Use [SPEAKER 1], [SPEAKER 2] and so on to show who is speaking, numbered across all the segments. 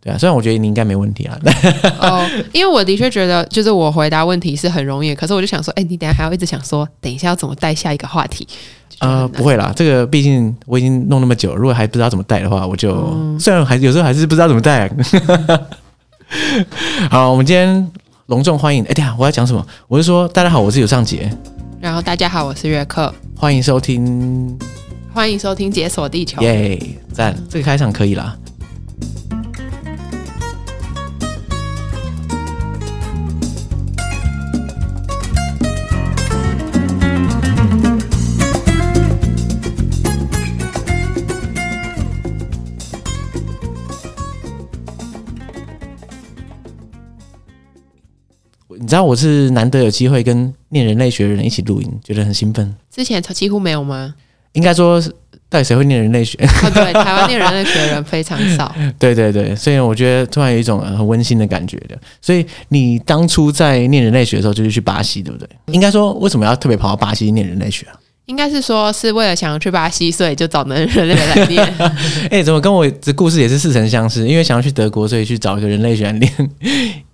[SPEAKER 1] 对啊，虽然我觉得你应该没问题啊，
[SPEAKER 2] 哦， 因为我的确觉得，就是我回答问题是很容易的，可是我就想说，哎、你等一下还要一直想说，等一下要怎么带下一个话题？
[SPEAKER 1] 呃，
[SPEAKER 2] 嗯
[SPEAKER 1] 不会啦，这个毕竟我已经弄那么久，如果还不知道怎么带的话，我就、虽然还有时候还是不知道怎么带、啊 好，我们今天隆重欢迎，哎、等一下我要讲什么？我是说，大家好，我是有尚杰，
[SPEAKER 2] 然后大家好，我是月客，
[SPEAKER 1] 欢迎收听，
[SPEAKER 2] 欢迎收听《解锁地球》
[SPEAKER 1] 耶，赞，这个开场可以啦。你知道我是难得有机会跟念人类学的人一起录音，觉得很兴奋。
[SPEAKER 2] 之前几乎没有吗？
[SPEAKER 1] 应该说，到底谁会念人类学？
[SPEAKER 2] 哦，对，台湾念人类学的人非常 少。
[SPEAKER 1] 对对对，所以我觉得突然有一种呃很温馨的感觉的。所以你当初在念人类学的时候，就是去巴西，对不对？应该说，为什么要特别跑到巴西念人类学啊？
[SPEAKER 2] 应该是说是为了想要去巴西，所以就找人人类来 念。
[SPEAKER 1] 哎、怎么跟我这故事也是似曾相识？因为想要去德国，所以去找一个人类学来念，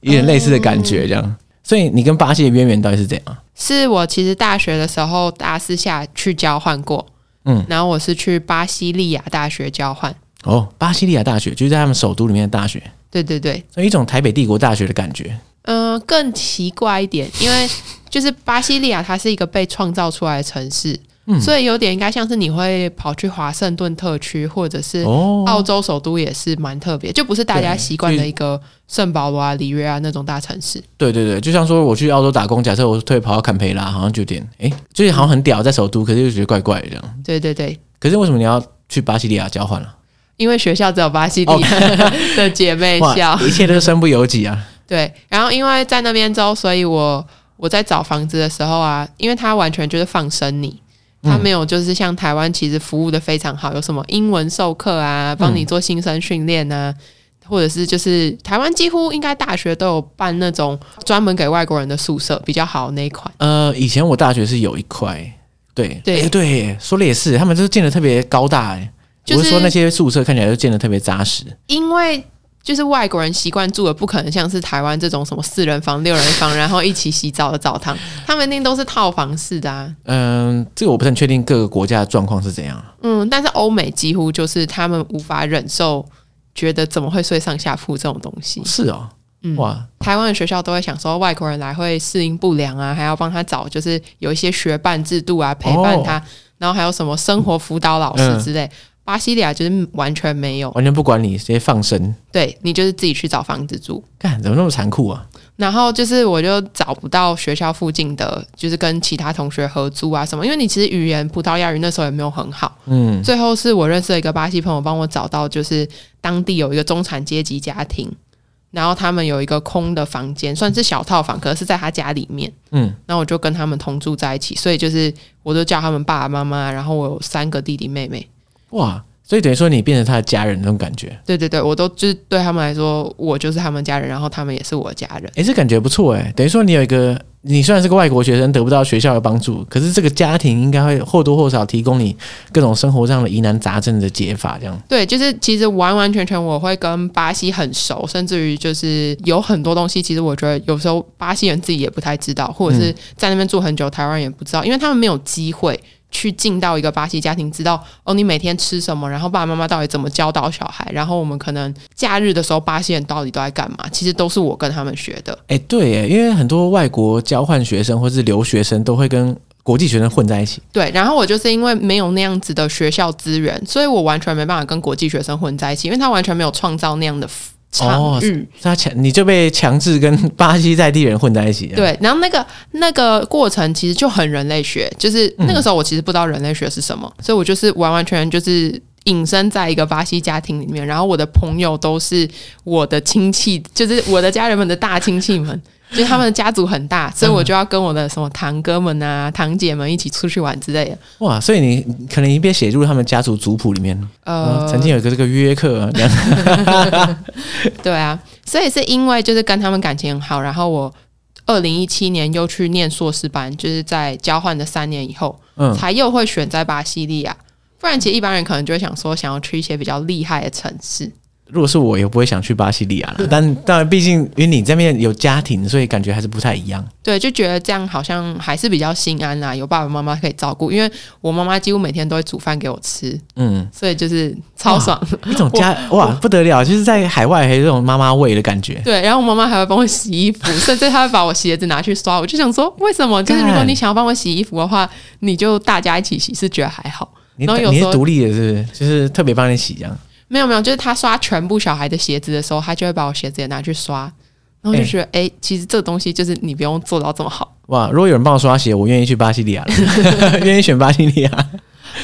[SPEAKER 1] 有点类似的感觉，这样。所以你跟巴西的渊源到底是怎样啊？
[SPEAKER 2] 是我其实大学的时候大四下去交换过，
[SPEAKER 1] 嗯
[SPEAKER 2] 嗯，然后我是去巴西利亚大学交换，
[SPEAKER 1] 哦，巴西利亚大学就是在他们首都里面的大学，
[SPEAKER 2] 对对对，
[SPEAKER 1] 所以一种台北帝国大学的感觉。
[SPEAKER 2] 嗯，更奇怪一点，因为就是巴西利亚，它是一个被创造出来的城市，
[SPEAKER 1] 嗯
[SPEAKER 2] 所以有点应该像是你会跑去华盛顿特区，或者是
[SPEAKER 1] 哦，
[SPEAKER 2] 澳洲首都，也是蛮特别，就不是大家
[SPEAKER 1] 对
[SPEAKER 2] 习惯
[SPEAKER 1] 就
[SPEAKER 2] 的一个圣保罗啊、里约啊那种大城市。
[SPEAKER 1] 对对对，就像说我去澳洲打工，假设我特别跑到坎培拉，好像就有点哎，就是好像很屌，在首都，可是又觉得怪怪的这样。
[SPEAKER 2] 对对对，
[SPEAKER 1] 可是为什么你要去巴西利亚交换啊 了、
[SPEAKER 2] 因为学校只有巴西利亚
[SPEAKER 1] 哦
[SPEAKER 2] 的姐妹校，
[SPEAKER 1] 一切都是身不由己啊！
[SPEAKER 2] 对，然后因为在那边之后，所以我我在找房子的时候啊，因为它完全就是放生你，它没有就是像台湾其实服务的非常好，有什么英文授课啊，帮你做新生训练啊。或者是就是台湾几乎应该大学都有办那种专门给外国人的宿舍比较好的那一款，
[SPEAKER 1] 呃，以前我大学是有一块，对
[SPEAKER 2] 对
[SPEAKER 1] 诶对耶，说的也是，他们就是建的特别高大哎、
[SPEAKER 2] 就是
[SPEAKER 1] 我是说那些宿舍看起来就建的特别扎实，
[SPEAKER 2] 因为就是外国人习惯住的不可能像是台湾这种什么四人房、六人房，然后一起洗澡的澡堂，他们一定都是套房式的啊。
[SPEAKER 1] 嗯、这个我不是很确定各个国家的状况是怎样。
[SPEAKER 2] 嗯，但是欧美几乎就是他们无法忍受，觉得怎么会睡上下铺这种东西。
[SPEAKER 1] 是哦，
[SPEAKER 2] 嗯
[SPEAKER 1] 哇，
[SPEAKER 2] 台湾的学校都会想说，外国人来会适应不良啊，还要帮他找就是有一些学伴制度啊，陪伴他，然后还有什么生活辅导老师之类。巴西利亚就是完全没有，
[SPEAKER 1] 完全不管你，直接放生，
[SPEAKER 2] 对你就是自己去找房子住。
[SPEAKER 1] 干怎么那么残酷啊？
[SPEAKER 2] 然后就是我就找不到学校附近的，就是跟其他同学合租啊什么，因为你其实语言葡萄牙语那时候也没有很好。
[SPEAKER 1] 嗯，
[SPEAKER 2] 最后是我认识了一个巴西朋友，帮我找到就是当地有一个中产阶级家庭，然后他们有一个空的房间，算是小套房，可是在他家里面。
[SPEAKER 1] 嗯，
[SPEAKER 2] 然后我就跟他们同住在一起，所以就是我就叫他们爸爸妈妈，然后我有三个弟弟妹妹。
[SPEAKER 1] 哇，所以等于说你变成他的家人那种感觉，
[SPEAKER 2] 对对对，我都就是对他们来说，我就是他们家人，然后他们也是我家人。
[SPEAKER 1] 诶，这感觉不错诶，等于说你有一个，你虽然是个外国学生，得不到学校的帮助，可是这个家庭应该会或多或少提供你各种生活上的疑难杂症的解法，这样。
[SPEAKER 2] 对，就是其实完完全全我会跟巴西很熟，甚至于就是有很多东西，其实我觉得有时候巴西人自己也不太知道，或者是在那边住很久，台湾人也不知道，因为他们没有机会去进到一个巴西家庭，知道哦，你每天吃什么，然后爸爸妈妈到底怎么教导小孩，然后我们可能假日的时候巴西人到底都在干嘛，其实都是我跟他们学的。
[SPEAKER 1] 诶，对诶，因为很多外国交换学生或是留学生都会跟国际学生混在一起。
[SPEAKER 2] 对，然后我就是因为没有那样子的学校资源，所以我完全没办法跟国际学生混在一起，因为他完全没有创造那样的
[SPEAKER 1] 哦
[SPEAKER 2] 场域。
[SPEAKER 1] 他强，你就被强制跟巴西在地人混在一起。，
[SPEAKER 2] 对，然后那个那个过程其实就很人类学，就是
[SPEAKER 1] 嗯
[SPEAKER 2] 那个时候我其实不知道人类学是什么，所以我就是完完全全就是隐身在一个巴西家庭里面，然后我的朋友都是我的亲戚，就是我的家人们的大亲戚们。就是他们的家族很大，所以
[SPEAKER 1] 嗯
[SPEAKER 2] 我就要跟我的什么堂哥们啊、堂姐们一起出去玩之类的。
[SPEAKER 1] 哇，所以你可能已经被写入他们家族族谱里面了。啊
[SPEAKER 2] 呃，
[SPEAKER 1] 哦曾经有一个这个约克，这样
[SPEAKER 2] 对啊，所以是因为就是跟他们感情很好，然后我二零一七年又去念硕士班，就是在交换的三年以后，
[SPEAKER 1] 嗯
[SPEAKER 2] 才又会选在巴西利亚。不然，其实一般人可能就会想说，想要去一些比较厉害的城市。
[SPEAKER 1] 如果是我，也不会想去巴西利亚了。但当然，毕竟因为你这边有家庭，所以感觉还是不太一样。
[SPEAKER 2] 对，就觉得这样好像还是比较心安啦，有爸爸妈妈可以照顾。因为我妈妈几乎每天都会煮饭给我吃，
[SPEAKER 1] 嗯，
[SPEAKER 2] 所以就是超爽。
[SPEAKER 1] 一种家哇不得了，就是在海外还有这种妈妈味的感觉。
[SPEAKER 2] 对，然后我妈妈还会帮我洗衣服，甚至她会把我鞋子拿去刷。我就想说，为什么？就是如果
[SPEAKER 1] 干
[SPEAKER 2] 你想要帮我洗衣服的话，你就大家一起洗，是觉得还好。
[SPEAKER 1] 你
[SPEAKER 2] 然后有
[SPEAKER 1] 你
[SPEAKER 2] 时
[SPEAKER 1] 是
[SPEAKER 2] 候
[SPEAKER 1] 独立的，是不是？就是特别帮你洗这样。
[SPEAKER 2] 没有没有，就是她刷全部小孩的鞋子的时候，她就会把我鞋子也拿去刷。然后就觉得，哎、其实这个东西就是你不用做到这么好。
[SPEAKER 1] 哇，如果有人帮我刷鞋，我愿意去巴西利亚 了，愿意选巴西利亚。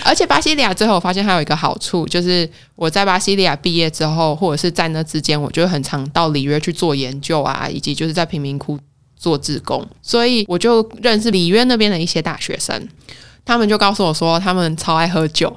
[SPEAKER 2] 而且巴西利亚最后我发现还有一个好处，就是我在巴西利亚毕业之后，或者是在那之间，我就很常到里约去做研究啊，以及就是在贫民窟做志工，所以我就认识里约那边的一些大学生，他们就告诉我说，他们超爱喝酒。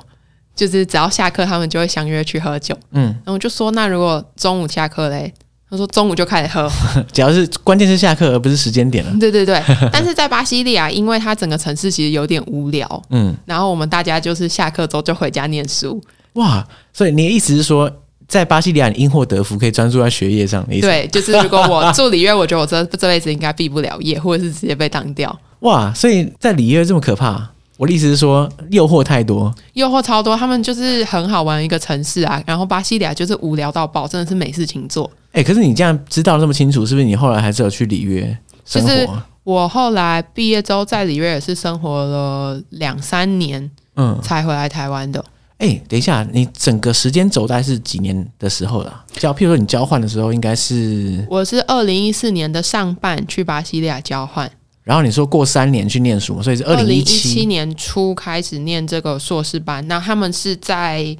[SPEAKER 2] 就是只要下课，他们就会相约去喝酒。
[SPEAKER 1] 嗯
[SPEAKER 2] 然后我就说，那如果中午下课嘞？他说中午就开始喝，
[SPEAKER 1] 只要是关键是下课，而不是时间点了。
[SPEAKER 2] 对对对。但是在巴西利亚，因为它整个城市其实有点无聊，
[SPEAKER 1] 嗯，
[SPEAKER 2] 然后我们大家就是下课之后就回家念书，
[SPEAKER 1] 哇，所以你的意思是说，在巴西利亚你因祸得福，可以专注在学业上？你的意思，
[SPEAKER 2] 对，就是如果我住里约，我觉得我这这辈子应该毕不了业，或者是直接被当掉，
[SPEAKER 1] 哇，所以在里约这么可怕。我的意思是说，诱惑太多，
[SPEAKER 2] 诱惑超多。他们就是很好玩一个城市啊，然后巴西利亚就是无聊到爆，真的是没事情做。
[SPEAKER 1] 哎、可是你这样知道这么清楚，是不是你后来还是有去里约生活？
[SPEAKER 2] 就是我后来毕业之后在里约也是生活了两三年
[SPEAKER 1] 嗯，
[SPEAKER 2] 才回来台湾的。
[SPEAKER 1] 哎、等一下，你整个时间轴大概是几年的时候了？交，譬如说你交换的时候，应该是，
[SPEAKER 2] 我是二零一四年的上半去巴西利亚交换，
[SPEAKER 1] 然后你说过三年去念书嘛，所以是二零
[SPEAKER 2] 零
[SPEAKER 1] 一
[SPEAKER 2] 一七
[SPEAKER 1] 七，
[SPEAKER 2] 年初开始念这个硕士班，那他们是在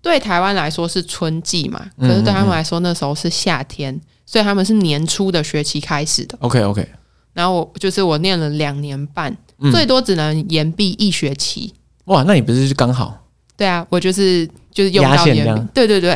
[SPEAKER 2] 对台湾来说是春季嘛，
[SPEAKER 1] 嗯
[SPEAKER 2] 可是对他们来说那时候是夏天，所以他们是年初的学期开始的。
[SPEAKER 1] OK OK，
[SPEAKER 2] 然后我就是我念了两年半，
[SPEAKER 1] 嗯
[SPEAKER 2] 最多只能延毕一学期。
[SPEAKER 1] 哇，那你不是就刚好？
[SPEAKER 2] 对啊，我就是就是用
[SPEAKER 1] 压
[SPEAKER 2] 到
[SPEAKER 1] 线这
[SPEAKER 2] 延毕
[SPEAKER 1] 样，
[SPEAKER 2] 对对对。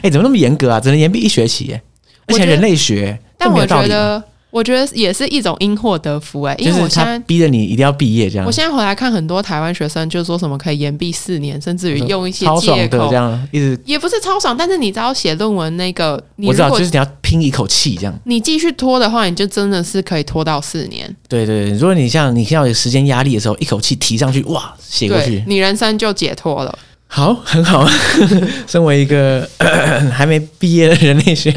[SPEAKER 1] 哎、怎么那么严格啊？只能延毕一学期耶，而
[SPEAKER 2] 我
[SPEAKER 1] 且
[SPEAKER 2] 觉得
[SPEAKER 1] 人类学，
[SPEAKER 2] 但
[SPEAKER 1] 这没
[SPEAKER 2] 我
[SPEAKER 1] 有道理
[SPEAKER 2] 觉
[SPEAKER 1] 吗
[SPEAKER 2] 得，我觉得也是一种因祸得福哎、因
[SPEAKER 1] 就
[SPEAKER 2] 为
[SPEAKER 1] 是啊
[SPEAKER 2] 我现
[SPEAKER 1] 他
[SPEAKER 2] 在。
[SPEAKER 1] 逼着你一定要毕业这样
[SPEAKER 2] 我，现在回来看很多台湾学生，就说什么可以延毕四年，甚至于用一些
[SPEAKER 1] 超爽
[SPEAKER 2] 借
[SPEAKER 1] 的
[SPEAKER 2] 口
[SPEAKER 1] 这，样，一直
[SPEAKER 2] 也不是超爽，但是你知道写论文那个，你
[SPEAKER 1] 我
[SPEAKER 2] 如
[SPEAKER 1] 知道，
[SPEAKER 2] 果
[SPEAKER 1] 就是你要拼一口气这样。
[SPEAKER 2] 你继续拖的话，你就真的是可以拖到四年，
[SPEAKER 1] 对对对，如果你像你现在有时间压力的时候，一口气提上去，哇，写过
[SPEAKER 2] 对
[SPEAKER 1] 去，
[SPEAKER 2] 你人生就解脱了。
[SPEAKER 1] 好，很好。 身为一个 咳咳还没毕业的人类学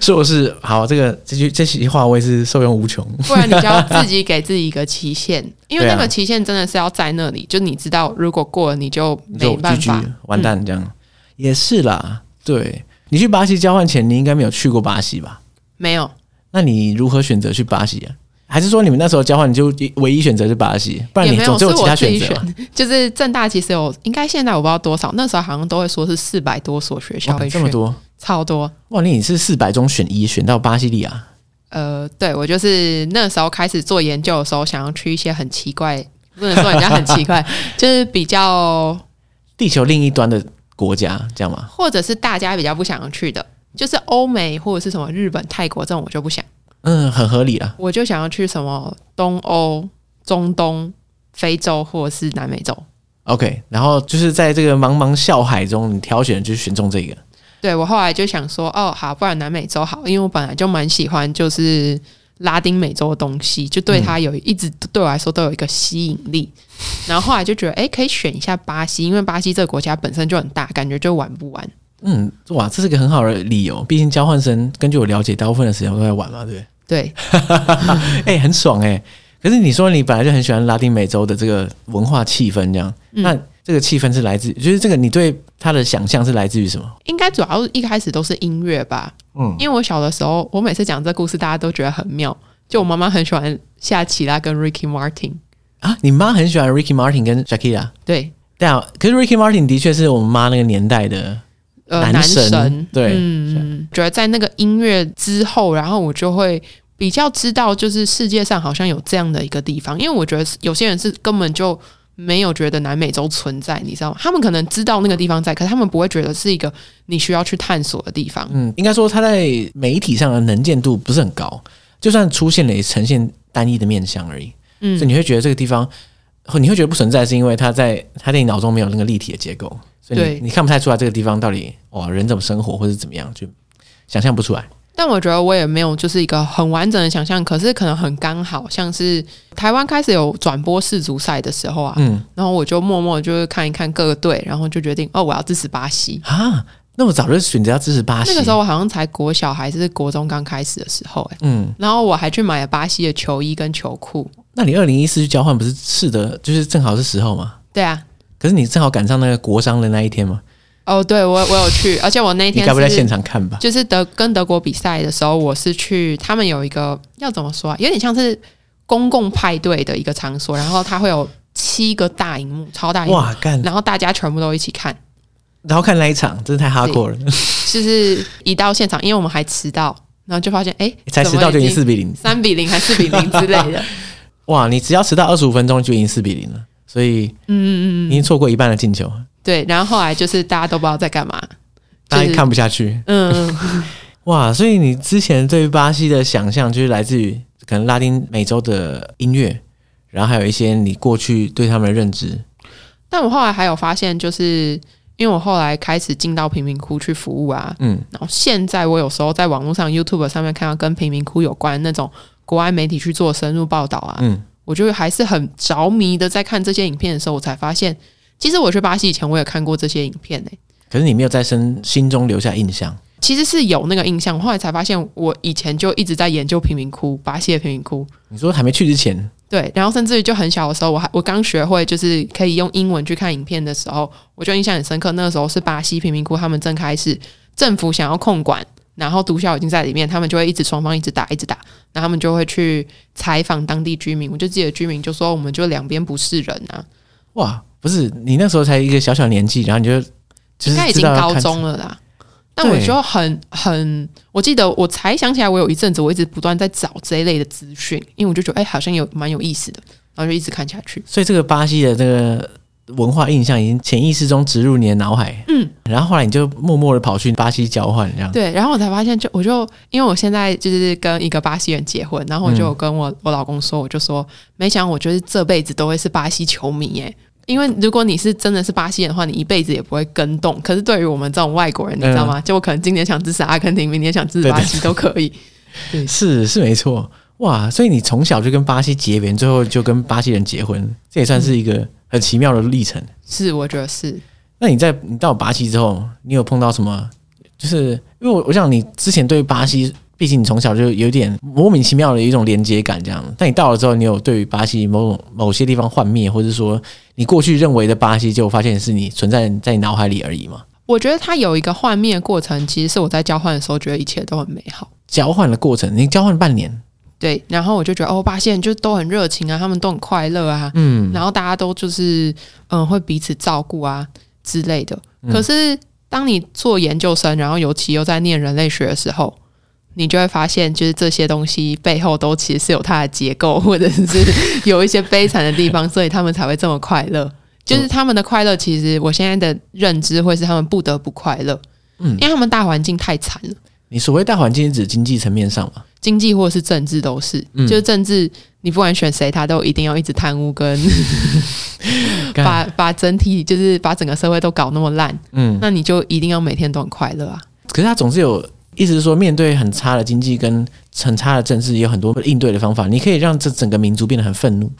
[SPEAKER 1] 硕士，好，这个这句这席话我也是受用无穷。
[SPEAKER 2] 不然你就要自己给自己一个期限，因为
[SPEAKER 1] 对啊
[SPEAKER 2] 那个期限真的是要在那里，就你知道，如果过了你就没
[SPEAKER 1] 就
[SPEAKER 2] 办
[SPEAKER 1] GG
[SPEAKER 2] 法。嗯
[SPEAKER 1] 完蛋这样、也是啦。对你去巴西交换前，你应该没有去过巴西吧？
[SPEAKER 2] 没有，
[SPEAKER 1] 那你如何选择去巴西啊？还是说你们那时候交换，你就一唯一选择是巴西，不然
[SPEAKER 2] 也
[SPEAKER 1] 你
[SPEAKER 2] 没
[SPEAKER 1] 总
[SPEAKER 2] 有
[SPEAKER 1] 是
[SPEAKER 2] 是
[SPEAKER 1] 有其他
[SPEAKER 2] 我自
[SPEAKER 1] 选
[SPEAKER 2] 己
[SPEAKER 1] 择
[SPEAKER 2] 选
[SPEAKER 1] 嘛？
[SPEAKER 2] 的，就是正大其实有，应该现在我不知道多少，那时候好像都会说是四百多所学校
[SPEAKER 1] 啊哇
[SPEAKER 2] 会
[SPEAKER 1] 这么
[SPEAKER 2] 选，
[SPEAKER 1] 多
[SPEAKER 2] 超多。
[SPEAKER 1] 哇！你是四百中选一，选到巴西利亚，
[SPEAKER 2] 呃，对我就是那时候开始做研究的时候，想要去一些很奇怪，不能说人家很奇怪，就是比较
[SPEAKER 1] 地球另一端的国家，这样吗？
[SPEAKER 2] 或者是大家比较不想要去的，就是欧美或者是什么日本、泰国这种，我就不想，
[SPEAKER 1] 嗯，很合理啦。
[SPEAKER 2] 我就想要去什么东欧、中东、非洲或者是南美洲。
[SPEAKER 1] OK，然后就是在这个茫茫校海中，你挑选就选中这个。
[SPEAKER 2] 对我后来就想说，哦，好，不然南美洲好，因为我本来就蛮喜欢就是拉丁美洲的东西，就对它有、一直对我来说都有一个吸引力。然后后来就觉得，哎，可以选一下巴西，因为巴西这个国家本身就很大，感觉就玩不完。
[SPEAKER 1] 嗯，哇，这是个很好的理由。毕竟交换生，根据我了解，大部分的时间都在玩嘛，对不
[SPEAKER 2] 对，
[SPEAKER 1] 对？哎、很爽哎、可是你说你本来就很喜欢拉丁美洲的这个文化气氛，这样，
[SPEAKER 2] 嗯
[SPEAKER 1] 那这个气氛是来自，就是这个你对它的想象是来自于什么？
[SPEAKER 2] 应该主要一开始都是音乐吧，
[SPEAKER 1] 嗯，
[SPEAKER 2] 因为我小的时候，我每次讲这故事，大家都觉得很妙。就我妈妈很喜欢夏奇拉跟 Ricky Martin，
[SPEAKER 1] 啊，你妈很喜欢 Ricky Martin 跟 Shakira，
[SPEAKER 2] 对，
[SPEAKER 1] 对啊，可是 Ricky Martin 的确是我们妈那个年代的，
[SPEAKER 2] 呃，
[SPEAKER 1] 男
[SPEAKER 2] 男
[SPEAKER 1] 神对啊
[SPEAKER 2] 嗯，觉得在那个音乐之后，然后我就会比较知道，就是世界上好像有这样的一个地方，因为我觉得有些人是根本就没有觉得南美洲存在，你知道吗？他们可能知道那个地方在，可他们不会觉得是一个你需要去探索的地方。
[SPEAKER 1] 嗯，应该说他在媒体上的能见度不是很高，就算出现了，也呈现单一的面相而已。
[SPEAKER 2] 嗯
[SPEAKER 1] 所以，你会觉得这个地方，你会觉得不存在，是因为它在它在你脑中没有那个立体的结构，所以
[SPEAKER 2] 对
[SPEAKER 1] 你你看不太出来这个地方到底哇人怎么生活或者怎么样，就想象不出来。
[SPEAKER 2] 但我觉得我也没有就是一个很完整的想象，可是可能很刚好，像是台湾开始有转播世足赛的时候啊，
[SPEAKER 1] 嗯
[SPEAKER 2] 然后我就默默就是看一看各个队，然后就决定哦，我要支持巴西。
[SPEAKER 1] 啊，那么早就选择要支持巴西，
[SPEAKER 2] 那个时候我好像才国小还是国中刚开始的时候、欸，
[SPEAKER 1] 嗯，
[SPEAKER 2] 然后我还去买了巴西的球衣跟球裤。
[SPEAKER 1] 那你二零一四去交换不是是的，就是正好是时候嘛。
[SPEAKER 2] 对啊，
[SPEAKER 1] 可是你正好赶上那个国商的那一天嘛，
[SPEAKER 2] 哦，对我我有去，而且我那
[SPEAKER 1] 你
[SPEAKER 2] 天
[SPEAKER 1] 该不会在
[SPEAKER 2] 是
[SPEAKER 1] 现场看吧？
[SPEAKER 2] 就是德跟德国比赛的时候，我是去他们有一个要怎么说啊，有点像是公共派对的一个场所，然后它会有七个大荧幕，超大荧幕，
[SPEAKER 1] 哇，干！
[SPEAKER 2] 然后大家全部都一起看，
[SPEAKER 1] 然后看那一场，真的太 hardcore 了，
[SPEAKER 2] 就是一到现场，因为我们还迟到，然后就发现哎，
[SPEAKER 1] 才迟到就赢四
[SPEAKER 2] 是
[SPEAKER 1] 比零。
[SPEAKER 2] 三比零还四比零之类 的，
[SPEAKER 1] 哇，你只要迟到二十五分钟就赢四比零了，所以嗯嗯嗯，已经错过一半的进球，
[SPEAKER 2] 对，然后后来就是大家都不知道在干嘛，就
[SPEAKER 1] 大
[SPEAKER 2] 是
[SPEAKER 1] 家看不下去。
[SPEAKER 2] 嗯，
[SPEAKER 1] 哇，所以你之前对巴西的想象就是来自于可能拉丁美洲的音乐，然后还有一些你过去对他们的认知。
[SPEAKER 2] 但我后来还有发现，就是因为我后来开始进到贫民窟去服务啊，
[SPEAKER 1] 嗯，
[SPEAKER 2] 然后现在我有时候在网络上、YouTube 上面看到跟贫民窟有关那种国外媒体去做深入报道啊，
[SPEAKER 1] 嗯，
[SPEAKER 2] 我就还是很着迷的在看这些影片的时候，我才发现，其实我去巴西以前我也看过这些影片呢、
[SPEAKER 1] 可是你没有在身心中留下印象。
[SPEAKER 2] 其实是有那个印象，我后来才发现，我以前就一直在研究贫民窟，巴西的贫民窟。
[SPEAKER 1] 你说还没去之前，
[SPEAKER 2] 对，然后甚至于就很小的时候，我还我刚学会就是可以用英文去看影片的时候，我就印象很深刻。那个时候是巴西贫民窟，他们正开始政府想要控管，然后毒枭已经在里面，他们就会一直双方一直打，一直打，然后他们就会去采访当地居民。我就记得居民就说，我们就两边不是人啊，
[SPEAKER 1] 哇，不是你那时候才一个小小年纪，然后你就就
[SPEAKER 2] 应
[SPEAKER 1] 是
[SPEAKER 2] 该已
[SPEAKER 1] 知
[SPEAKER 2] 经
[SPEAKER 1] 道要
[SPEAKER 2] 高
[SPEAKER 1] 看
[SPEAKER 2] 中了啦。但我
[SPEAKER 1] 对
[SPEAKER 2] 就很很，我记得我才想起来，我有一阵子我一直不断在找这一类的资讯，因为我就觉得哎、好像有蛮有意思的，然后就一直看下去。
[SPEAKER 1] 所以这个巴西的这个文化印象已经潜意识中植入你的脑海，嗯，然后后来你就默默的跑去巴西交换，这样，
[SPEAKER 2] 对，然后我才发现就，我就因为我现在就是跟一个巴西人结婚，然后我就
[SPEAKER 1] 嗯
[SPEAKER 2] 有跟我、我老公说，我就说，没想到我就是这辈子都会是巴西球迷耶。因为如果你是真的是巴西人的话，你一辈子也不会跟动。可是对于我们这种外国人，你知道吗？就我可能今年想支持阿根廷，明年想支持
[SPEAKER 1] 嗯对
[SPEAKER 2] 巴西都可以。
[SPEAKER 1] 是是没错，哇，所以你从小就跟巴西结缘，最后就跟巴西人结婚，这也算是一个很奇妙的历程。
[SPEAKER 2] 是，我觉得是。
[SPEAKER 1] 那你在你到巴西之后，你有碰到什么？就是因为我我想你之前对巴西，毕竟你从小就有点莫名其妙的一种连接感这样。但你到了之后，你有对于巴西某种某些地方幻灭，或者说你过去认为的巴西，就发现是你存在在你脑海里而已嘛？
[SPEAKER 2] 我觉得它有一个幻灭的过程，其实是我在交换的时候觉得一切都很美好。
[SPEAKER 1] 交换的过程，你交换半年，
[SPEAKER 2] 对，然后我就觉得哦，巴西人就都很热情啊，他们都很快乐啊，
[SPEAKER 1] 嗯，
[SPEAKER 2] 然后大家都就是嗯会彼此照顾啊之类的。
[SPEAKER 1] 嗯
[SPEAKER 2] 可是当你做研究生，然后尤其又在念人类学的时候，你就会发现，就是这些东西背后都其实是有它的结构， 或者是有一些悲惨的地方，所以他们才会这么快乐。就是他们的快乐，其实我现在的认知会是他们不得不快乐，
[SPEAKER 1] 嗯
[SPEAKER 2] 因为他们大环境太惨了。
[SPEAKER 1] 你所谓大环境是指经济层面上嘛？
[SPEAKER 2] 经济或是政治都是，
[SPEAKER 1] 嗯
[SPEAKER 2] 就是政治，你不管选谁，他都一定要一直贪污跟
[SPEAKER 1] 干
[SPEAKER 2] 把把整体就是把整个社会都搞那么烂，
[SPEAKER 1] 嗯，
[SPEAKER 2] 那你就一定要每天都很快乐啊。
[SPEAKER 1] 可是他总是有，意思是说，面对很差的经济跟很差的政治，也有很多应对的方法。你可以让这整个民族变得很愤怒，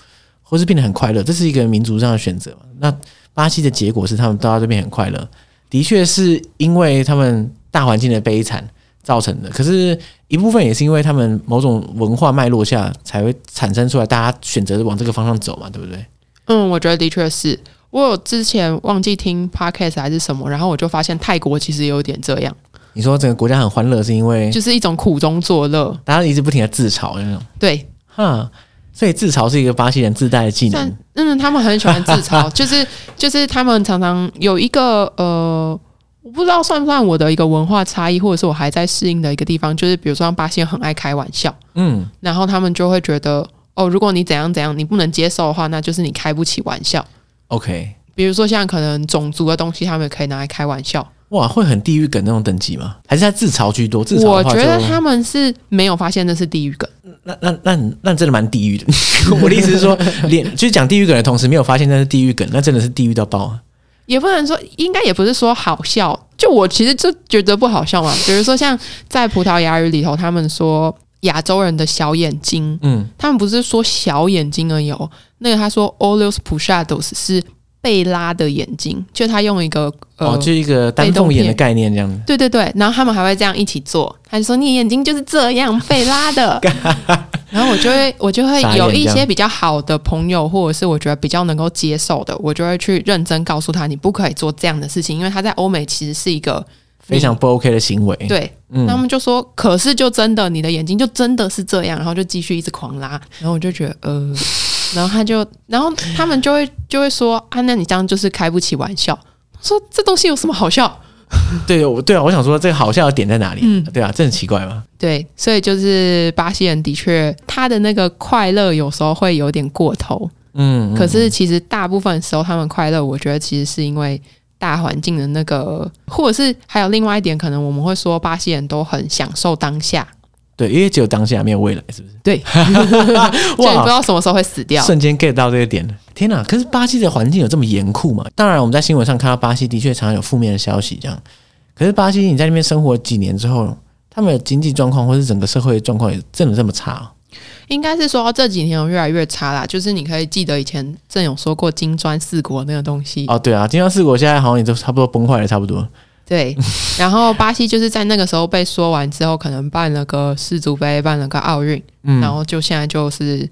[SPEAKER 1] 或是变得很快乐，这是一个民族上的选择嘛。那巴西的结果是，他们大家都变得很快乐，的确是因为他们大环境的悲惨造成的。可是，一部分也是因为他们某种文化脉络下才会产生出来，大家选择往这个方向走嘛，对不对？
[SPEAKER 2] 嗯，我觉得的确是我有之前忘记听 podcast 还是什么，然后我就发现泰国其实有点这样，
[SPEAKER 1] 你说整个国家很欢乐，是因为
[SPEAKER 2] 就是一种苦中作乐。
[SPEAKER 1] 大家一直不停的自嘲那种，
[SPEAKER 2] 对，
[SPEAKER 1] 哈。所以自嘲是一个巴西人自带的技能
[SPEAKER 2] 但。嗯，他们很喜欢自 嘲，就是就是他们常常有一个呃，我不知道算不算我的一个文化差异，或者是我还在适应的一个地方，就是比如说像巴西人很爱开玩笑，
[SPEAKER 1] 嗯，
[SPEAKER 2] 然后他们就会觉得哦，如果你怎样怎样，你不能接受的话，那就是你开不起玩笑。
[SPEAKER 1] OK，
[SPEAKER 2] 比如说像可能种族的东西，他们也可以拿来开玩笑。
[SPEAKER 1] 哇，会很地狱梗那种等级吗？还是他自嘲居多？自嘲
[SPEAKER 2] 我
[SPEAKER 1] 的话
[SPEAKER 2] 觉
[SPEAKER 1] 就
[SPEAKER 2] 得他们是没有发现那是地狱梗，
[SPEAKER 1] 那那那那真的蛮地狱的。 我的意思是说，连就是讲地狱梗的同时，没有发现那是地狱梗，那真的是地狱到爆啊！
[SPEAKER 2] 也不能说，应该也不是说好笑。就我其实就觉得不好 笑嘛。比如说像在葡萄牙语里头，他们说亚洲人的小眼睛，
[SPEAKER 1] 嗯，
[SPEAKER 2] 他们不是说小眼睛而已哦。那个他说 olhos puxados 是贝拉的眼睛，就他用一个呃、
[SPEAKER 1] 哦，就一个丹凤眼的概念这样子。
[SPEAKER 2] 对对对，然后他们还会这样一起做。他就说你眼睛就是这样被拉的，然后我就会我就会
[SPEAKER 1] 傻眼
[SPEAKER 2] 有一
[SPEAKER 1] 这
[SPEAKER 2] 些
[SPEAKER 1] 样
[SPEAKER 2] 比较好的朋友，或者是我觉得比较能够接受的，我就会去认真告诉他你不可以做这样的事情，因为他在欧美其实是一个
[SPEAKER 1] 非常不 OK 的行为，
[SPEAKER 2] 对。
[SPEAKER 1] 嗯
[SPEAKER 2] 那他们就说，可是就真的你的眼睛就真的是这样，然后就继续一直狂拉，然后我就觉得呃，然后他就然后他们就会就会说啊，那你这样就是开不起玩笑。我说这东西有什么好笑？
[SPEAKER 1] 对，我对啊，我想说这个好笑的点在哪里？
[SPEAKER 2] 嗯
[SPEAKER 1] 对啊，这很奇怪嘛。
[SPEAKER 2] 对，所以就是巴西人的确，他的那个快乐有时候会有点过头，
[SPEAKER 1] 嗯，嗯
[SPEAKER 2] 可是其实大部分时候他们快乐，我觉得其实是因为大环境的那个，或者是还有另外一点，可能我们会说巴西人都很享受当下，
[SPEAKER 1] 对，因为只有当下没有未来，是不是？
[SPEAKER 2] 对，就你不知道什么时候会死掉。
[SPEAKER 1] 瞬间 get 到这个点了。天哪！可是巴西的环境有这么严酷吗？当然，我们在新闻上看到巴西的确常常有负面的消息，这样。可是巴西，你在那边生活几年之后，他们的经济状况或是整个社会状况也真的这么差、哦？
[SPEAKER 2] 应该是说这几年有越来越差啦，就是你可以记得以前正有说过金砖四国那个东西，
[SPEAKER 1] 哦，对啊，金砖四国现在好像也都差不多崩坏了，差不多。
[SPEAKER 2] 对，然后巴西就是在那个时候被说完之后，可能办了个世足杯，办了个奥运，
[SPEAKER 1] 嗯
[SPEAKER 2] 然后就现在就是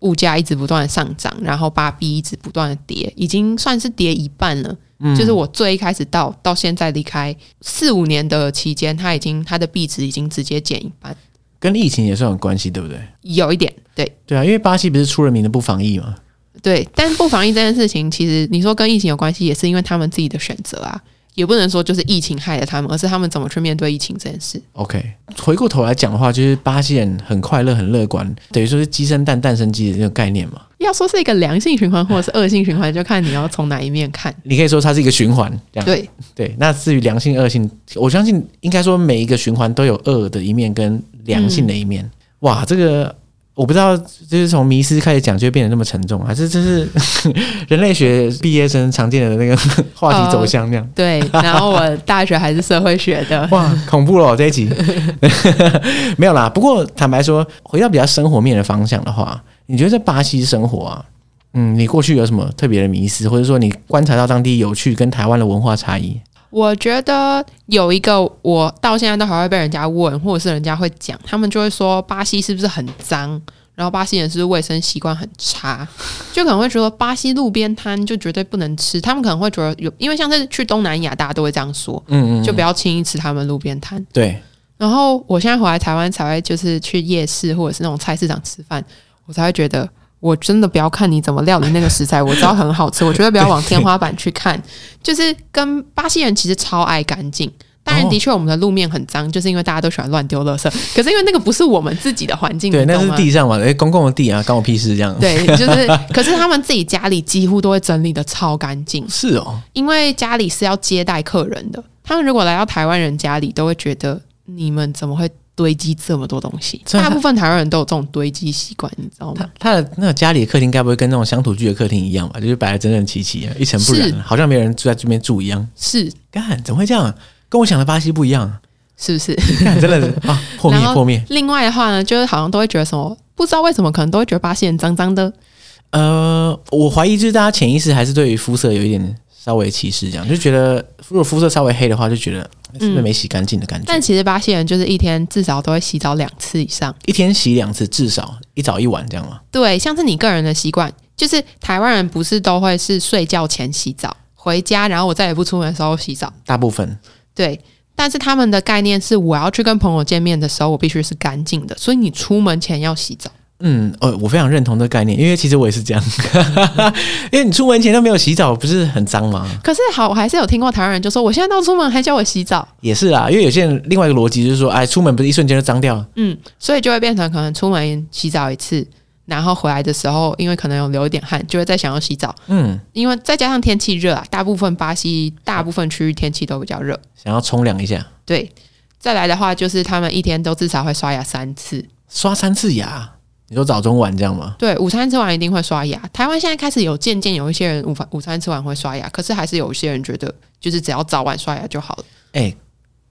[SPEAKER 2] 物价一直不断的上涨，然后巴币一直不断的跌，已经算是跌一半了。就是我最一开始到到现在离开四五年的期间，它已经它的币值已经直接减一半，
[SPEAKER 1] 跟疫情也算有关系，对不对？
[SPEAKER 2] 有一点对。
[SPEAKER 1] 对啊，因为巴西不是出了名的不防疫嘛。
[SPEAKER 2] 对，但不防疫这件事情，其实你说跟疫情有关系，也是因为他们自己的选择啊，也不能说就是疫情害了他们，而是他们怎么去面对疫情这件事。
[SPEAKER 1] OK，回过头来讲的话，就是巴西人很快乐、很乐观，等于说是鸡生蛋，蛋生鸡的这种概念嘛。
[SPEAKER 2] 要说是一个良性循环或者是恶性循环，就看你要从哪一面看。
[SPEAKER 1] 你可以说它是一个循环，这样
[SPEAKER 2] 对，
[SPEAKER 1] 对，那至于良性、恶性，我相信应该说每一个循环都有恶的一面跟良性的一面。哇，这个我不知道，就是从迷失开始讲就变得那么沉重啊！这这是 人类学毕业生常见的那个 话题走向这样。
[SPEAKER 2] 对，然后我大学还是社会学 的，
[SPEAKER 1] 哇，恐怖了这一集， 没有啦。不过坦白说，回到比较生活面的方向的话，你觉得在巴西生活啊，嗯，你过去有什么特别的迷失，或者说你观察到当地有趣跟台湾的文化差异？
[SPEAKER 2] 我觉得有一个我到现在都还会被人家问，或者是人家会讲，他们就会说巴西是不是很脏，然后巴西人是不是卫生习惯很差，就可能会觉得巴西路边摊就绝对不能吃，他们可能会觉得有，因为像是去东南亚，大家都会这样说，
[SPEAKER 1] 嗯嗯，
[SPEAKER 2] 就不要轻易吃他们路边摊。
[SPEAKER 1] 对，
[SPEAKER 2] 然后我现在回来台湾才会就是去夜市或者是那种菜市场吃饭，我才会觉得我真的不要看你怎么料理那个食材，我知道很好吃，我绝对不要往天花板去看。就是跟巴西人其实超爱干净。当然，
[SPEAKER 1] 哦
[SPEAKER 2] 的确，我们的路面很脏，就是因为大家都喜欢乱丢垃圾。可是因为那个不是我们自己的环境，
[SPEAKER 1] 对，
[SPEAKER 2] 你
[SPEAKER 1] 那
[SPEAKER 2] 懂
[SPEAKER 1] 是
[SPEAKER 2] 吗
[SPEAKER 1] 地上嘛，哎、公共的地啊，关我屁事这样。，
[SPEAKER 2] 对，就是，可是他们自己家里几乎都会整理的超干净。
[SPEAKER 1] 是哦，
[SPEAKER 2] 因为家里是要接待客人的，他们如果来到台湾人家里，都会觉得你们怎么会堆积这么多东西？
[SPEAKER 1] 这
[SPEAKER 2] 大部分台湾人都有这种堆积习惯，你知道吗？
[SPEAKER 1] 他的那个家里的客厅该不会跟那种乡土剧的客厅一样吧？就是摆的整整齐齐，一尘不染啊
[SPEAKER 2] 是，
[SPEAKER 1] 好像没有人住在这边住一样。
[SPEAKER 2] 是
[SPEAKER 1] 干，怎么会这样？跟我想的巴西不一 样，
[SPEAKER 2] 是不是？
[SPEAKER 1] 干真的是啊，破灭
[SPEAKER 2] 然后
[SPEAKER 1] 破灭。
[SPEAKER 2] 另外的话呢，就是好像都会觉得什么，不知道为什么，可能都会觉得巴西人脏脏的。
[SPEAKER 1] 呃，我怀疑就是大家潜意识还是对于肤色有一点稍微歧视，这样就觉得如果肤色稍微黑的话，就觉得哎是不是没洗干净的感觉。
[SPEAKER 2] 嗯但其实巴西人就是一天至少都会洗澡两次以上。
[SPEAKER 1] 一天洗两次，至少一早一晚这样嘛。
[SPEAKER 2] 对，像是你个人的习惯，就是台湾人不是都会是睡觉前洗澡，回家然后我再也不出门的时候洗澡。
[SPEAKER 1] 大部分
[SPEAKER 2] 对，但是他们的概念是，我要去跟朋友见面的时候，我必须是干净的，所以你出门前要洗澡。
[SPEAKER 1] 嗯，呃，我非常认同这个概念，因为其实我也是这样， 因为你出门前都没有洗澡，不是很脏吗？
[SPEAKER 2] 可是好，我还是有听过台湾人就说，我现在都出门还叫我洗澡，
[SPEAKER 1] 也是啊，因为有些人另外一个逻辑就是说，哎，出门不是一瞬间就脏掉了，
[SPEAKER 2] 嗯，所以就会变成可能出门洗澡一次，然后回来的时候，因为可能有流一点汗，就会再想要洗澡，
[SPEAKER 1] 嗯，
[SPEAKER 2] 因为再加上天气热啊，大部分巴西大部分区域天气都比较热，
[SPEAKER 1] 想要冲凉一下，
[SPEAKER 2] 对。再来的话，就是他们一天都至少会刷牙三次，
[SPEAKER 1] 刷三次牙，你说早中晚这样吗？
[SPEAKER 2] 对，午餐吃完一定会刷牙。台湾现在开始有渐渐有一些人午饭午餐吃完会刷牙，可是还是有一些人觉得就是只要早晚刷牙就好了。
[SPEAKER 1] 哎、